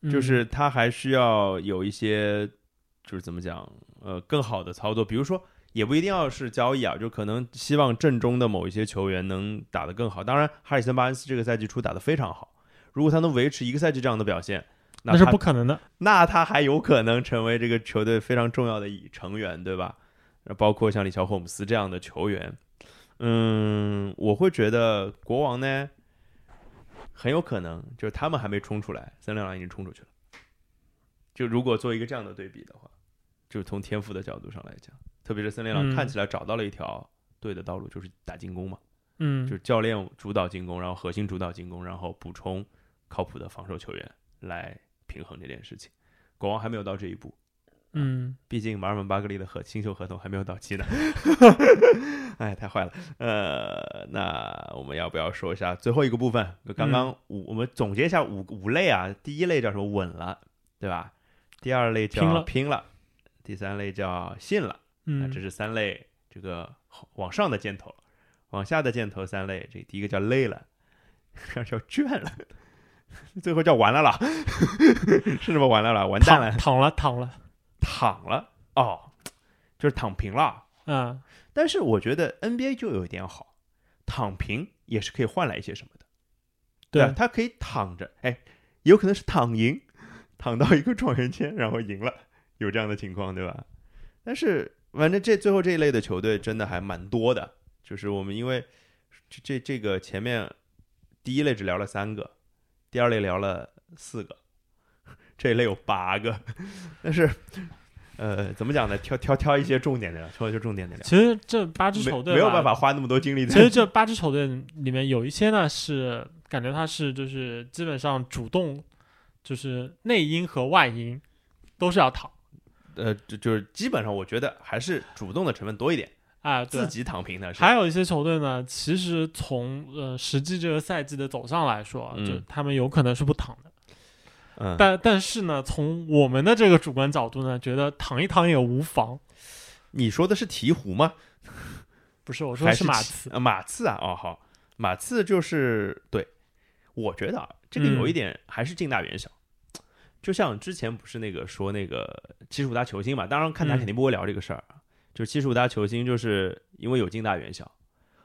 Speaker 2: 嗯
Speaker 1: 就是他还需要有一些，就是怎么讲，呃，更好的操作，比如说。也不一定要是交易啊，就可能希望阵中的某一些球员能打得更好。当然，哈里森巴恩斯这个赛季初打得非常好，如果他能维持一个赛季这样的表现，
Speaker 2: 那是
Speaker 1: 他
Speaker 2: 不可能的。
Speaker 1: 那他还有可能成为这个球队非常重要的一成员，对吧？包括像李乔霍姆斯这样的球员，嗯，我会觉得国王呢很有可能就是他们还没冲出来，森林狼已经冲出去了。就如果做一个这样的对比的话，就是从天赋的角度上来讲，特别是森林狼
Speaker 2: 嗯
Speaker 1: 看起来找到了一条对的道路，就是打进攻嘛，
Speaker 2: 嗯，
Speaker 1: 就是教练主导进攻，然后核心主导进攻，然后补充靠谱的防守球员来平衡这件事情。国王还没有到这一步，
Speaker 2: 嗯，
Speaker 1: 毕竟马尔本巴格利的合新秀合同还没有到期呢。 哎，太坏了。呃，那我们要不要说一下最后一个部分？刚
Speaker 2: 嗯
Speaker 1: 刚五、我们总结一下五五类啊，第一类叫什么？稳了，对吧？第二类叫
Speaker 2: 拼了
Speaker 1: 拼了第三类叫信了。那
Speaker 2: 嗯，
Speaker 1: 这是三类这个往上的箭头，往下的箭头三类，这第一个叫累了， 第二叫倦了， 最后叫完了啦， 是什么完了啦？完蛋
Speaker 2: 躺
Speaker 1: 了，
Speaker 2: 躺了躺了，
Speaker 1: 躺了哦，就是躺平了。
Speaker 2: 啊，
Speaker 1: 但是我觉得 NBA 就有一点好，躺平也是可以换来一些什么的，吧
Speaker 2: 对，
Speaker 1: 啊他可以躺着，哎，有可能是躺赢， 躺到一个状元签，然后赢了，有这样的情况，对吧？但是反正这最后这一类的球队真的还蛮多的，就是我们因为这这这个前面第一类只聊了三个，第二类聊了四个， 这一类有八个， 但是呃，怎么讲呢？挑挑挑一些重点的聊，挑一些重点的聊。
Speaker 2: 其实这八支球队
Speaker 1: 没没有
Speaker 2: 吧
Speaker 1: 办法花那么多精力在。
Speaker 2: 其实这八支球队里面有一些呢是感觉他是就是基本上主动，就是内因和外因都是要躺
Speaker 1: 呃，就就是基本上我觉得还是主动的成分多一点，
Speaker 2: 啊，对
Speaker 1: 自。己躺平的是。
Speaker 2: 还有一些球队呢，其实从呃实际这个赛季的走向来说，啊
Speaker 1: 嗯
Speaker 2: 就他们有可能是不躺的。
Speaker 1: 嗯，
Speaker 2: 但但是呢，从我们的这个主观角度呢，觉得躺一躺也无妨。
Speaker 1: 你说的是鹈鹕吗？
Speaker 2: 不是，我说
Speaker 1: 还
Speaker 2: 的是马
Speaker 1: 骑
Speaker 2: 刺，
Speaker 1: 呃马刺啊，哦好，马刺就是对，我觉得啊，这个有一点还是近大远小。就像之前不是那个说那个七十五大球星嘛，当然看台
Speaker 2: 嗯
Speaker 1: 肯定不会聊这个事儿啊。就是七十五大球星，就是因为有近大远小，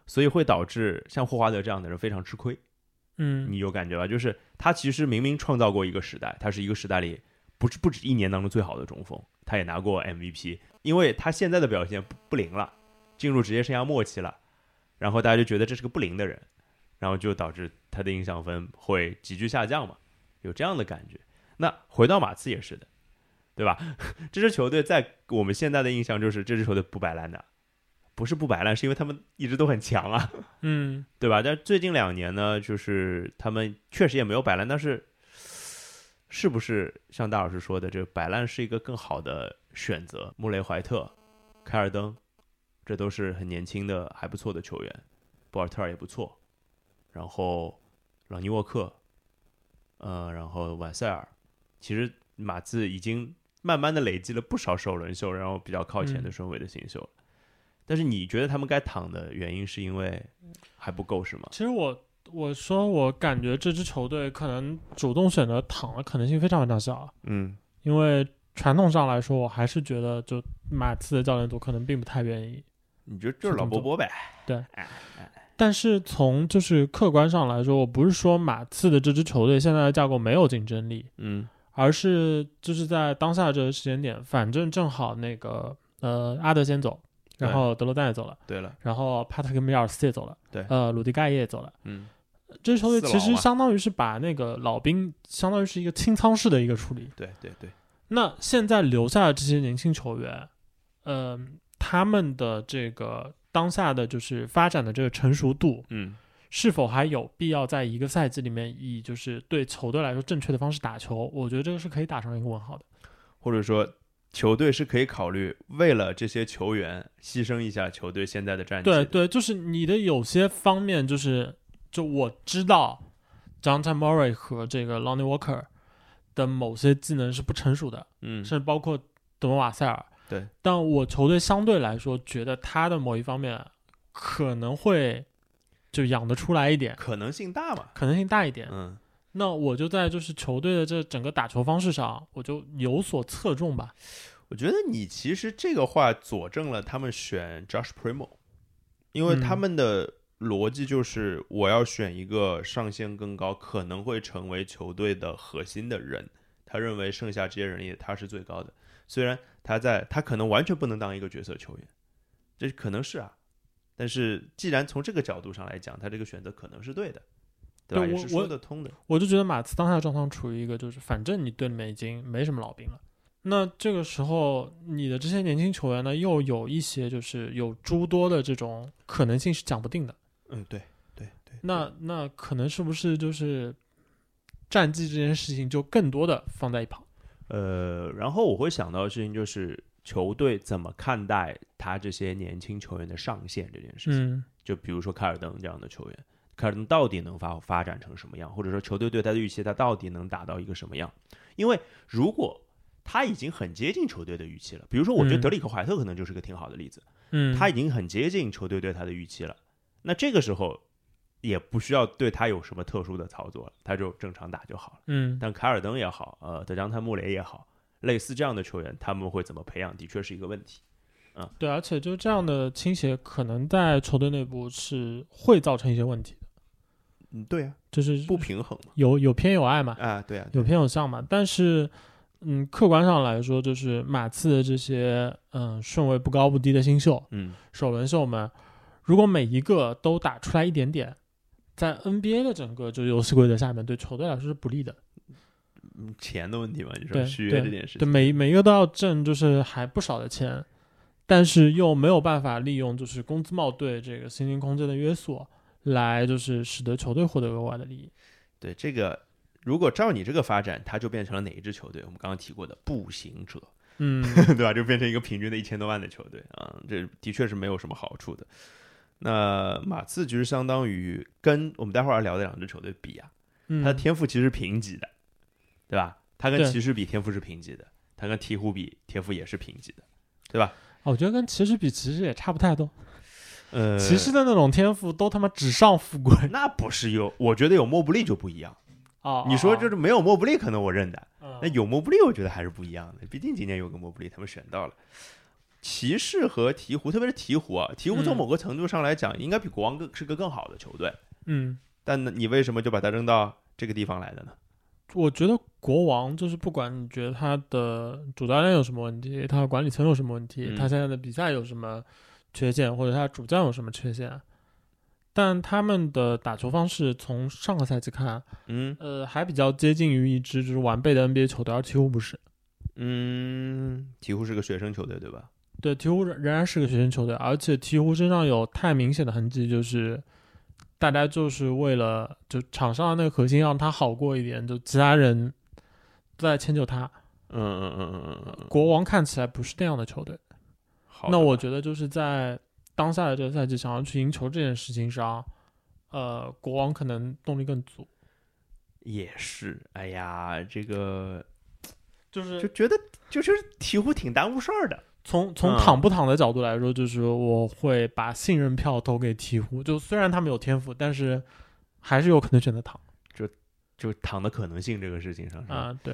Speaker 1: 所以会导致像霍华德这样的人非常吃亏。
Speaker 2: 嗯
Speaker 1: 你有感觉吧？就是他其实明明创造过一个时代，他是一个时代里不是不止一年当中最好的中锋，他也拿过 MVP，因为他现在的表现不不灵了，进入职业生涯末期了，然后大家就觉得这是个不灵的人，然后就导致他的影响分会急剧下降嘛，有这样的感觉。那回到马刺也是的，对吧？ 这支球队在我们现在的印象就是这支球队不摆烂的，不是不摆烂，是因为他们一直都很强啊。
Speaker 2: 嗯，
Speaker 1: 对吧？但最近两年呢，就是他们确实也没有摆烂，但是是不是像大老师说的，这摆烂是一个更好的选择？穆雷怀特、凯尔登，这都是很年轻的还不错的球员，博尔特尔也不错，然后朗尼沃克，呃，然后瓦塞尔，其实马刺已经慢慢的累积了不少首轮秀，然后比较靠前的
Speaker 2: 嗯
Speaker 1: 顺位的新秀了。但是你觉得他们该躺的原因是因为还不够是吗？
Speaker 2: 其实我我说我感觉这支球队可能主动选择躺的可能性非常非常小啊。
Speaker 1: 嗯
Speaker 2: 因为传统上来说，我还是觉得就马刺的教练组可能并不太愿意。，
Speaker 1: 你觉得就是老伯伯呗？
Speaker 2: 但是从就是客观上来说，我不是说马刺的这支球队现在的架构没有竞争力，
Speaker 1: 嗯
Speaker 2: 而是就是在当下这个时间点，反正正好那个呃阿德先走，
Speaker 1: 对
Speaker 2: 然后德罗赞也走了，
Speaker 1: 对了，
Speaker 2: 然后帕特克米尔斯也走了，
Speaker 1: 对
Speaker 2: 呃鲁迪盖也走了。
Speaker 1: 嗯
Speaker 2: 这支球队其
Speaker 1: 四老
Speaker 2: 实
Speaker 1: 嘛
Speaker 2: 相当于是把那个老兵，相当于是一个清仓式的一个处理。
Speaker 1: 对对对，
Speaker 2: 那现在留下的这些年轻球员，嗯、他们的这个当下的就是发展的这个成熟度，
Speaker 1: 嗯
Speaker 2: 是否还有必要在一个赛季里面以就是对球队来说正确的方式打球？我觉得这个是可以打上一个问号的。
Speaker 1: 或者说球队是可以考虑为了这些球员牺牲一下球队现在的战绩
Speaker 2: 对
Speaker 1: 的。
Speaker 2: 对，就是你的有些方面，就是就我知道 John t a m o r y 和这个 Lonnie Walker 的某些技能是不成熟的，
Speaker 1: 嗯，
Speaker 2: 甚至包括德蒙瓦塞尔。
Speaker 1: 对，
Speaker 2: 但我球队相对来说觉得他的某一方面可能会就养得出来一点，
Speaker 1: 可能性大嘛。
Speaker 2: 可能性大一点。
Speaker 1: 嗯，
Speaker 2: 那我就在就是球队的这整个打球方式上，我就有所侧重吧。
Speaker 1: 我觉得你其实这个话佐证了他们选 Josh Primo，因为
Speaker 2: 嗯
Speaker 1: 他们的逻辑就是我要选一个上限更高，可能会成为球队的核心的人。他认为剩下这些人里他是最高的，虽然他在他可能完全不能当一个角色球员，这可能是啊，但是既然从这个角度上来讲，他这个选择可能是对的，对吧？
Speaker 2: 对
Speaker 1: 也
Speaker 2: 我
Speaker 1: 是说
Speaker 2: 我
Speaker 1: 得通的。
Speaker 2: 我就觉得马刺当下的状况处于一个就是，反正你队里面已经没什么老兵了，那这个时候你的这些年轻球员呢，又有一些就是有诸多的这种可能性是讲不定的。
Speaker 1: 嗯，对对对。
Speaker 2: 那那可能是不是就是战绩这件事情就更多的放在一旁？
Speaker 1: 呃，然后我会想到的事情就是球队怎么看待他这些年轻球员的上限这件事情。
Speaker 2: 嗯
Speaker 1: 就比如说凯尔登这样的球员，凯尔登到底能发发展成什么样，或者说球队对他的预期，他到底能达到一个什么样？因为如果他已经很接近球队的预期了，比如说，我觉得
Speaker 2: 嗯
Speaker 1: 德里克怀特可能就是个挺好的例子，
Speaker 2: 嗯，
Speaker 1: 他已经很接近球队对他的预期了。那这个时候也不需要对他有什么特殊的操作了，他就正常打就好了。
Speaker 2: 嗯
Speaker 1: 但凯尔登也好，呃，德章泰穆雷也好，类似这样的球员，他们会怎么培养，的确是一个问题。
Speaker 2: 对，而且就这样的倾斜，可能在球队内部是会造成一些问题的，
Speaker 1: 嗯，对啊，
Speaker 2: 就是
Speaker 1: 不平衡嘛。
Speaker 2: 有有偏有爱嘛，
Speaker 1: 啊，对啊，
Speaker 2: 有偏有向嘛。但是，嗯，客观上来说，就是马刺的这些嗯顺位不高不低的新秀、
Speaker 1: 嗯，
Speaker 2: 首轮秀们，如果每一个都打出来一点点，在 NBA 的整个就游戏规则下面，对球队来说是不利的。
Speaker 1: 嗯钱的问题嘛，你说
Speaker 2: 对
Speaker 1: 续约这件事
Speaker 2: 对，
Speaker 1: 情，
Speaker 2: 每每一个都要挣，就是还不少的钱，但是又没有办法利用就是工资帽对这个薪金空间的约束，来就是使得球队获得额外的利益。
Speaker 1: 对这个，如果照你这个发展，他就变成了哪一支球队？我们刚刚提过的步行者，
Speaker 2: 嗯，
Speaker 1: 对吧？就变成一个平均的一千多万的球队啊，这的确是没有什么好处的。那马刺其实相当于跟我们待会儿要聊的两支球队比啊，
Speaker 2: 嗯
Speaker 1: 他的天赋其实是平级的，对吧？他跟
Speaker 2: 对
Speaker 1: 骑士比，天赋是平级的；他跟鹈鹕比，天赋也是平级的，对吧？
Speaker 2: 哦我觉得跟骑士比，其实也差不太多。
Speaker 1: 呃，哦
Speaker 2: 骑士的那种天赋都他妈纸上 富贵
Speaker 1: 那不是有，我觉得有莫布利就不一样。
Speaker 2: 哦
Speaker 1: 你说就是没有莫布利，可能我认的；那
Speaker 2: 那
Speaker 1: 有莫布利，我觉得还是不一样的。毕竟今年有个莫布利，他们选到了。骑士和鹈鹕，特别是鹈鹕啊，鹈鹕从
Speaker 2: 嗯
Speaker 1: 某个程度上来讲，应该比国王更是个更好的球队，
Speaker 2: 嗯，
Speaker 1: 但你为什么就把它扔到这个地方来的呢？
Speaker 2: 我觉得国王就是不管你觉得他的主教练有什么问题，他的管理层有什么问题，
Speaker 1: 嗯
Speaker 2: 他现在的比赛有什么缺陷，或者他的主将有什么缺陷，但他们的打球方式从上个赛季看，
Speaker 1: 嗯
Speaker 2: 呃，还比较接近于一支就是完备的 NBA 球队，而鹈鹕不是。
Speaker 1: 嗯，鹈鹕是个学生球队，对吧？
Speaker 2: 对，鹈鹕仍仍然是个学生球队，而且鹈鹕身上有太明显的痕迹，就是大家就是为了就场上的那个核心让他好过一点，就其他人都在迁就他。
Speaker 1: 嗯嗯嗯嗯嗯嗯嗯。
Speaker 2: 国王看起来不是那样的球队，
Speaker 1: 好
Speaker 2: 那
Speaker 1: 的
Speaker 2: 我觉得就是在当下的这个赛季想要去赢球这件事情上，呃，国王可能动力更足，
Speaker 1: 也是，哎呀，这个
Speaker 2: 就是
Speaker 1: 就觉得就是鹈鹕挺耽误事儿的。
Speaker 2: 从从
Speaker 1: 嗯
Speaker 2: 躺不躺的角度来说，就是我会把信任票投给鹈鹕，就虽然他们有天赋，但是还是有可能选择躺
Speaker 1: 就躺的可能性这个事情上是吧，
Speaker 2: 啊、对。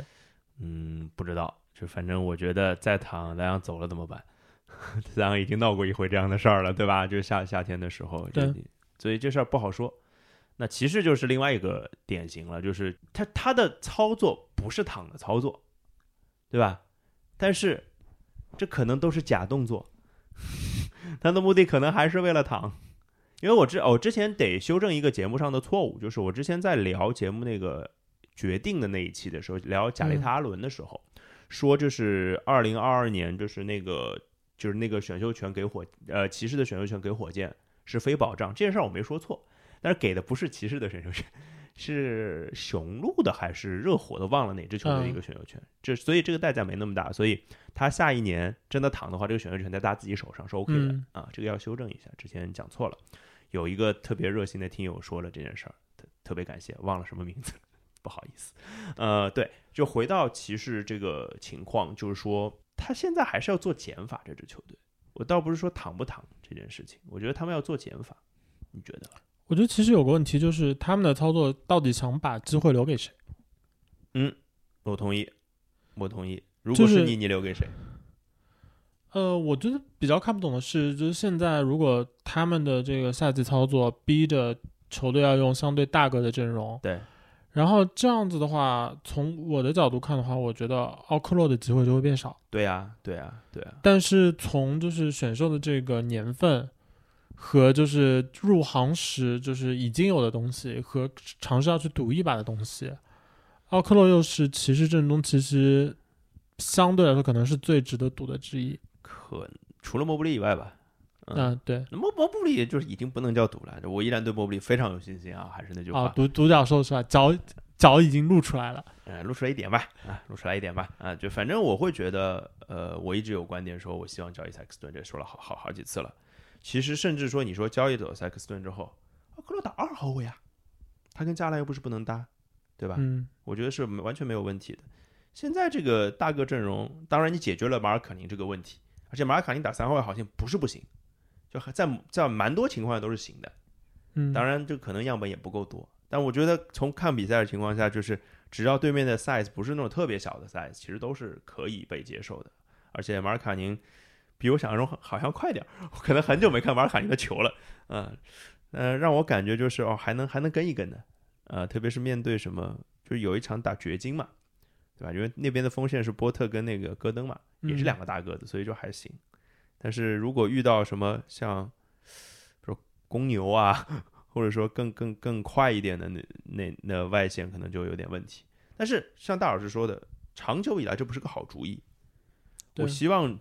Speaker 1: 嗯，不知道，就反正我觉得再躺莱昂走了怎么办？ 莱昂已经闹过一回这样的事儿了，对吧？就夏夏天的时候，就
Speaker 2: 对
Speaker 1: 你，所以这事儿不好说。那骑士就是另外一个典型了，就是他他的操作不是躺的操作，对吧？但是这可能都是假动作， 他的目的可能还是为了躺。因为我之哦，我之前得修正一个节目上的错误，就是我之前在聊节目那个决定的那一期的时候，聊贾雷
Speaker 2: 嗯
Speaker 1: 塔阿伦的时候，说就是二零二二年，就是那个就是那个选秀权给火呃骑士的选秀权给火箭是非保障这件事儿我没说错，但是给的不是骑士的选秀权，是雄鹿的还是热火的，忘了哪支球队的一个选秀权。这所以这个代价没那么大，所以他下一年真的躺的话，这个选秀权在他自己手上是 OK 的、
Speaker 2: 嗯
Speaker 1: 啊，这个要修正一下，之前讲错了。有一个特别热心的听友说了这件事儿，特特别感谢，忘了什么名字了， 不好意思。呃，对，就回到骑士这个情况，就是说他现在还是要做减法这支球队。我倒不是说躺不躺这件事情，我觉得他们要做减法，你觉得呢？
Speaker 2: 我觉得其实有个问题就是他们的操作到底想把机会留给谁？
Speaker 1: 我同意，我同意。如
Speaker 2: 就
Speaker 1: 果是
Speaker 2: 是
Speaker 1: 你，你留给谁？
Speaker 2: 呃，我觉得比较看不懂的是，就是现在如果他们的这个夏季操作逼着球队要用相对大个的阵容，
Speaker 1: 对，
Speaker 2: 然后这样子的话，从我的角度看的话，我觉得奥克洛的机会就会变少。
Speaker 1: 对啊，对啊，对啊，
Speaker 2: 但是从就是选秀的这个年份和就是入行时就是已经有的东西和尝试要去赌一把的东西，奥克洛又是骑士阵中其实相对来说可能是最值得赌的之一。
Speaker 1: 可除了莫布利以外吧。嗯，
Speaker 2: 嗯，对，
Speaker 1: 那莫莫布利就是已经不能叫赌了，我依然对莫布利非常有信心啊，还是那句话，
Speaker 2: 啊，独独角兽是吧？脚脚已经露出来了。
Speaker 1: 呃，露出来一点吧，啊，露出来一点吧，啊，就反正我会觉得，呃，我一直有观点说，我希望交易塞克斯顿，这说了好好好几次了。其实甚至说，你说交易走塞克斯顿之后，奥克洛打二号位啊，他跟加兰又不是不能搭，对吧？
Speaker 2: 嗯，
Speaker 1: 我觉得是没完全没有问题的。现在这个大个阵容，当然你解决了马尔卡宁这个问题，而且马尔卡宁打三号位好像不是不行，就还在在蛮多情况下都是行的。
Speaker 2: 嗯，
Speaker 1: 当然，这可能样本也不够多，但我觉得从看比赛的情况下，就是只要对面的 size 不是那种特别小的 size，其实都是可以被接受的。而且马尔卡宁比我想象中好像快点儿，我可能很久没看马尔卡宁的球了，嗯、呃，让我感觉就是哦，还能还能跟一跟的，呃，特别是面对什么，就是有一场打掘金嘛，对吧？因为那边的锋线是波特跟那个戈登嘛，
Speaker 2: 嗯
Speaker 1: 也是两个大个子，所以就还行。但是如果遇到什么像，比如公牛啊， 或者说更更更快一点的那那那外线，可能就有点问题。但是像大老师说的，长久以来这不是个好主意。
Speaker 2: 对
Speaker 1: 我希望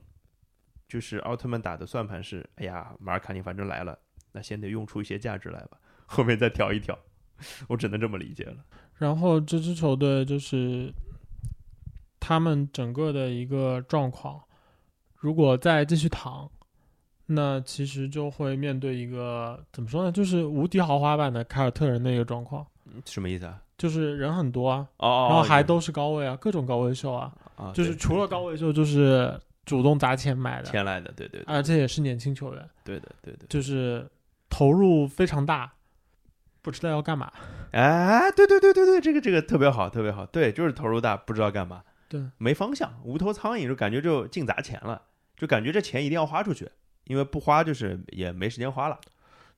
Speaker 1: 就是奥特曼打的算盘是，哎呀，马尔卡尼反正来了，那先得用出一些价值来吧，后面再调一调。我只能这么理解了。
Speaker 2: 然后这支球队就是他们整个的一个状况，如果再继续躺，那其实就会面对一个怎么说呢，就是无敌豪华版的凯尔特人的一个状况，
Speaker 1: 什么意思啊？
Speaker 2: 就是人很多啊，
Speaker 1: 哦哦，
Speaker 2: 然后还
Speaker 1: 有
Speaker 2: 都是高位啊，各种高位秀啊，
Speaker 1: 啊，
Speaker 2: 就是除了高位秀，就是主动砸钱买的，
Speaker 1: 签来的，对对对
Speaker 2: 而且也是年轻球员，
Speaker 1: 对的对的。
Speaker 2: 就是投入非常大，不知道要干嘛。
Speaker 1: 哎，对对对对对，这个这个特别好，特别好，对，就是投入大，不知道干嘛，
Speaker 2: 对，
Speaker 1: 没方向，无头苍蝇，就感觉就净砸钱了，就感觉这钱一定要花出去，因为不花就是也没时间花了。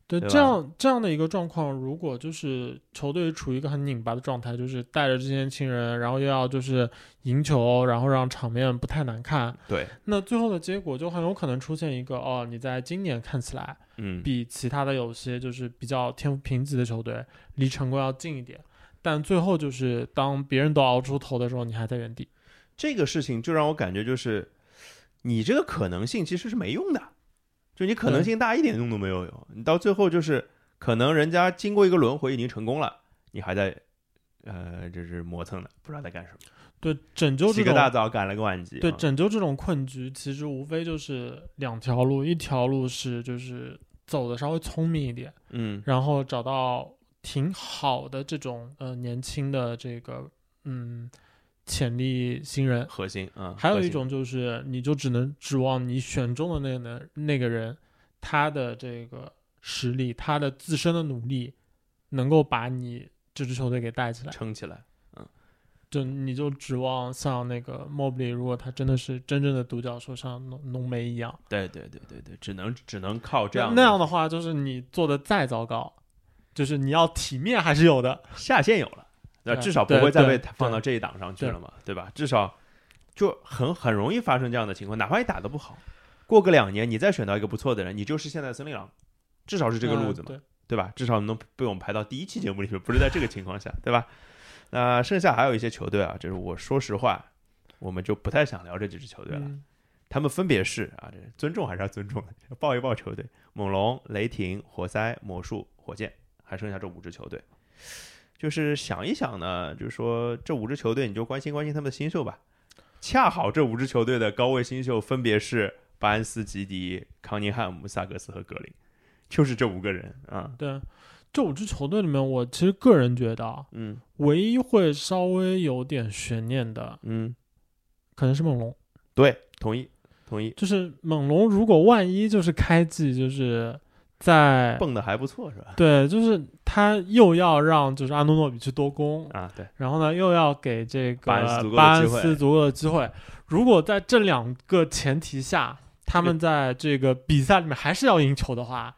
Speaker 2: 对，
Speaker 1: 对吧
Speaker 2: 这样这样的一个状况，如果就是球队处于一个很拧巴的状态，就是带着这些年轻人，然后又要就是赢球，然后让场面不太难看，
Speaker 1: 对，
Speaker 2: 那最后的结果就很有可能出现一个哦，你在今年看起来
Speaker 1: 嗯，
Speaker 2: 比其他的有些就是比较天赋平级的球队离成功要近一点，但最后就是当别人都熬出头的时候，你还在原地。
Speaker 1: 这个事情就让我感觉就是，你这个可能性其实是没用的，就你可能性大一点用都没有用，你到最后就是可能人家经过一个轮回已经成功了，你还在。呃，这是磨蹭的，不知道在干什么。
Speaker 2: 对，拯救
Speaker 1: 起
Speaker 2: 这
Speaker 1: 个
Speaker 2: 种
Speaker 1: 大早，赶了个晚集。
Speaker 2: 对，
Speaker 1: 嗯
Speaker 2: 拯救这种困局，其实无非就是两条路，一条路是就是走的稍微聪明一点，
Speaker 1: 嗯，
Speaker 2: 然后找到挺好的这种呃年轻的这个嗯潜力新人，
Speaker 1: 核心啊，嗯
Speaker 2: 还有
Speaker 1: 核
Speaker 2: 一
Speaker 1: 心
Speaker 2: 种就是你就只能指望你选中的那个人那个人他的这个实力，他的自身的努力，能够把你这支球队给带起来。
Speaker 1: 撑起来。
Speaker 2: 就你就指望像那个莫布里，如果他真的是真正的独角兽，像浓浓眉一样，
Speaker 1: 对对对对对，只能只能靠这样
Speaker 2: 那那样的话，就是你做的再糟糕，就是你要体面还是有的。
Speaker 1: 下限有了，那
Speaker 2: 对
Speaker 1: 至少不
Speaker 2: 对
Speaker 1: 会再
Speaker 2: 对
Speaker 1: 被放到这一档上去了嘛，对吧？至少就很很容易发生这样的情况，哪怕你打得不好，过个两年你再选到一个不错的人，你就是现在的森林狼，至少是这个路子嘛，
Speaker 2: 嗯对
Speaker 1: 对吧？至少能被我们排到第一期节目里面，不是在这个情况下，对吧？那剩下还有一些球队啊，就是我说实话，我们就不太想聊这几支球队了。
Speaker 2: 嗯
Speaker 1: 他们分别是啊，这尊重还是要尊重的， 要抱一抱球队：猛龙、雷霆、活塞、魔术、火箭，还剩下这五支球队。就是想一想呢，就是说这五支球队，你就关心关心他们的新秀吧。恰好这五支球队的高位新秀分别是巴恩斯、吉迪、康宁汉姆、萨格斯和格林，就是这五个人啊。
Speaker 2: 对，这五支球队里面，我其实个人觉得啊，
Speaker 1: 嗯
Speaker 2: 唯一会稍微有点悬念的，
Speaker 1: 嗯，
Speaker 2: 可能是猛龙。
Speaker 1: 对，同意同意，
Speaker 2: 就是猛龙，如果万一就是开季就是在
Speaker 1: 蹦的还不错是吧？
Speaker 2: 对，就是他又要让就是阿诺诺比去多攻，
Speaker 1: 啊，对，
Speaker 2: 然后呢又要给这个
Speaker 1: 巴恩斯足够的
Speaker 2: 巴恩
Speaker 1: 机会
Speaker 2: 斯足够的机会。如果在这两个前提下，他们在这个比赛里面还是要赢球的话，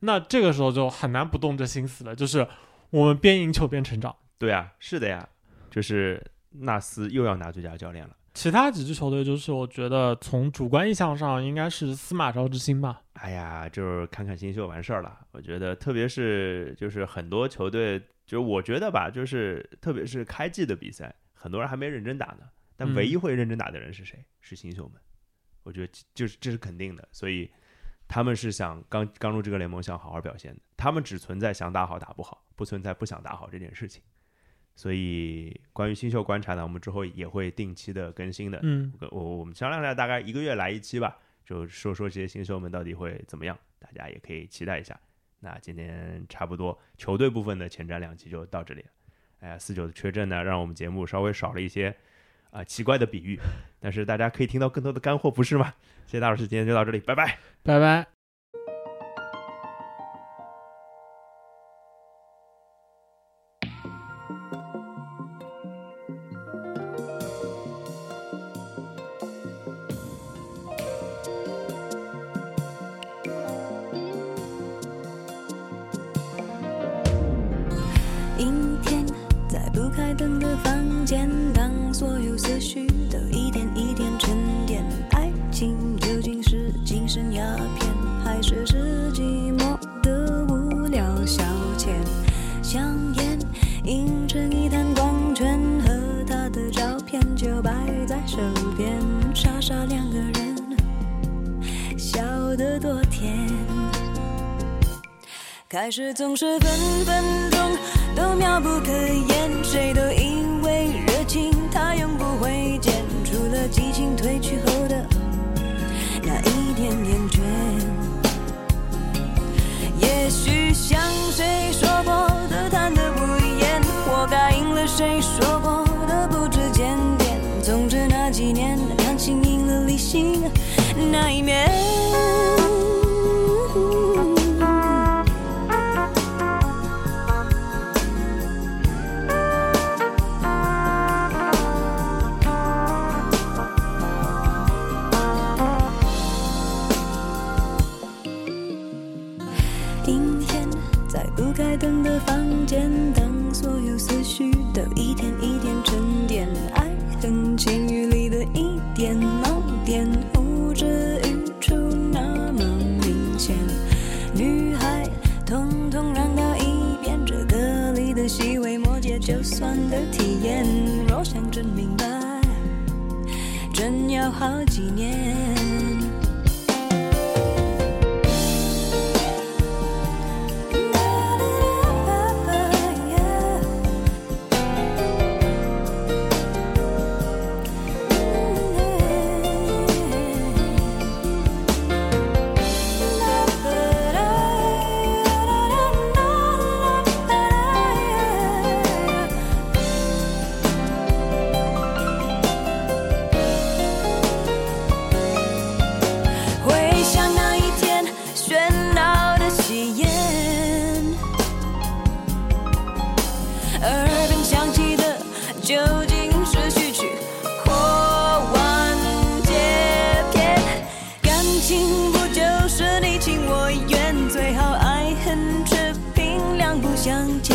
Speaker 2: 那这个时候就很难不动这心思了。就是我们边赢球边成长。
Speaker 1: 对啊，是的呀，就是纳斯又要拿最佳教练了。
Speaker 2: 其他几支球队就是我觉得从主观印象上应该是司马昭之心吧。
Speaker 1: 哎呀，就是看看新秀完事儿了。我觉得，特别是就是很多球队，就是我觉得吧，就是特别是开季的比赛，很多人还没认真打呢。但
Speaker 2: 嗯
Speaker 1: 唯一会认真打的人是谁？是新秀们。我觉得这就是这是肯定的，所以他们是想刚刚入这个联盟想好好表现的，他们只存在想打好打不好，不存在不想打好这件事情。所以关于新秀观察呢，我们之后也会定期的更新的。
Speaker 2: 嗯，
Speaker 1: 我我我们商量一下，大概一个月来一期吧，就说说这些新秀们到底会怎么样，大家也可以期待一下。那今天差不多球队部分的前瞻两期就到这里了。哎呀，四九的缺阵呢，让我们节目稍微少了一些啊、奇怪的比喻，但是大家可以听到更多的干货，不是吗？谢谢大老师，今天就到这里，拜拜。
Speaker 2: 拜拜。
Speaker 3: 阴天，在不开灯的房间，当所有思绪都一点一点沉淀，爱情究竟是精神鸦片，还是是寂寞的无聊消遣？香烟映成一滩光圈，和他的照片就摆在手边，傻傻两个人，笑得多甜。开始总是分分钟都妙不可言，谁都以为热情它永不会减，除了激情褪去后的那一点厌倦。也许像谁说过的贪得无厌，活该应了谁说过的不知检点。总之那几年，感情赢了理性那一面。阴天，在不开灯的房间，当所有思绪都一点一点沉淀，爱恨情欲里的一点盲点，呼之欲出那么明显。女孩统统让到一边，这个里的细微末节就算的体验，若想真明白，真要好几年。回想那一天喧闹的喜宴，耳边响起的究竟是序曲或完结篇？感情不就是你情我愿，最好爱恨持平，两不相欠。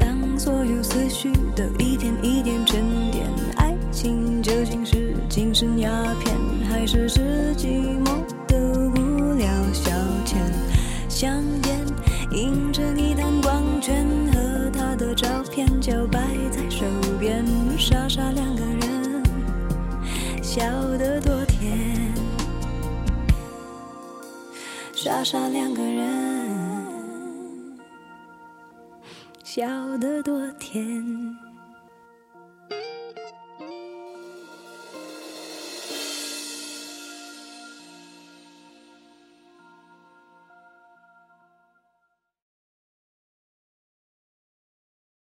Speaker 3: 当所有思绪都一点一点沉淀，爱情究竟是精神鸦片，还是是寂寞的无聊消遣？香烟映着一滩光圈和他的照片，就摆在手边，傻傻两个人笑得多甜，傻傻两个人。笑得多甜。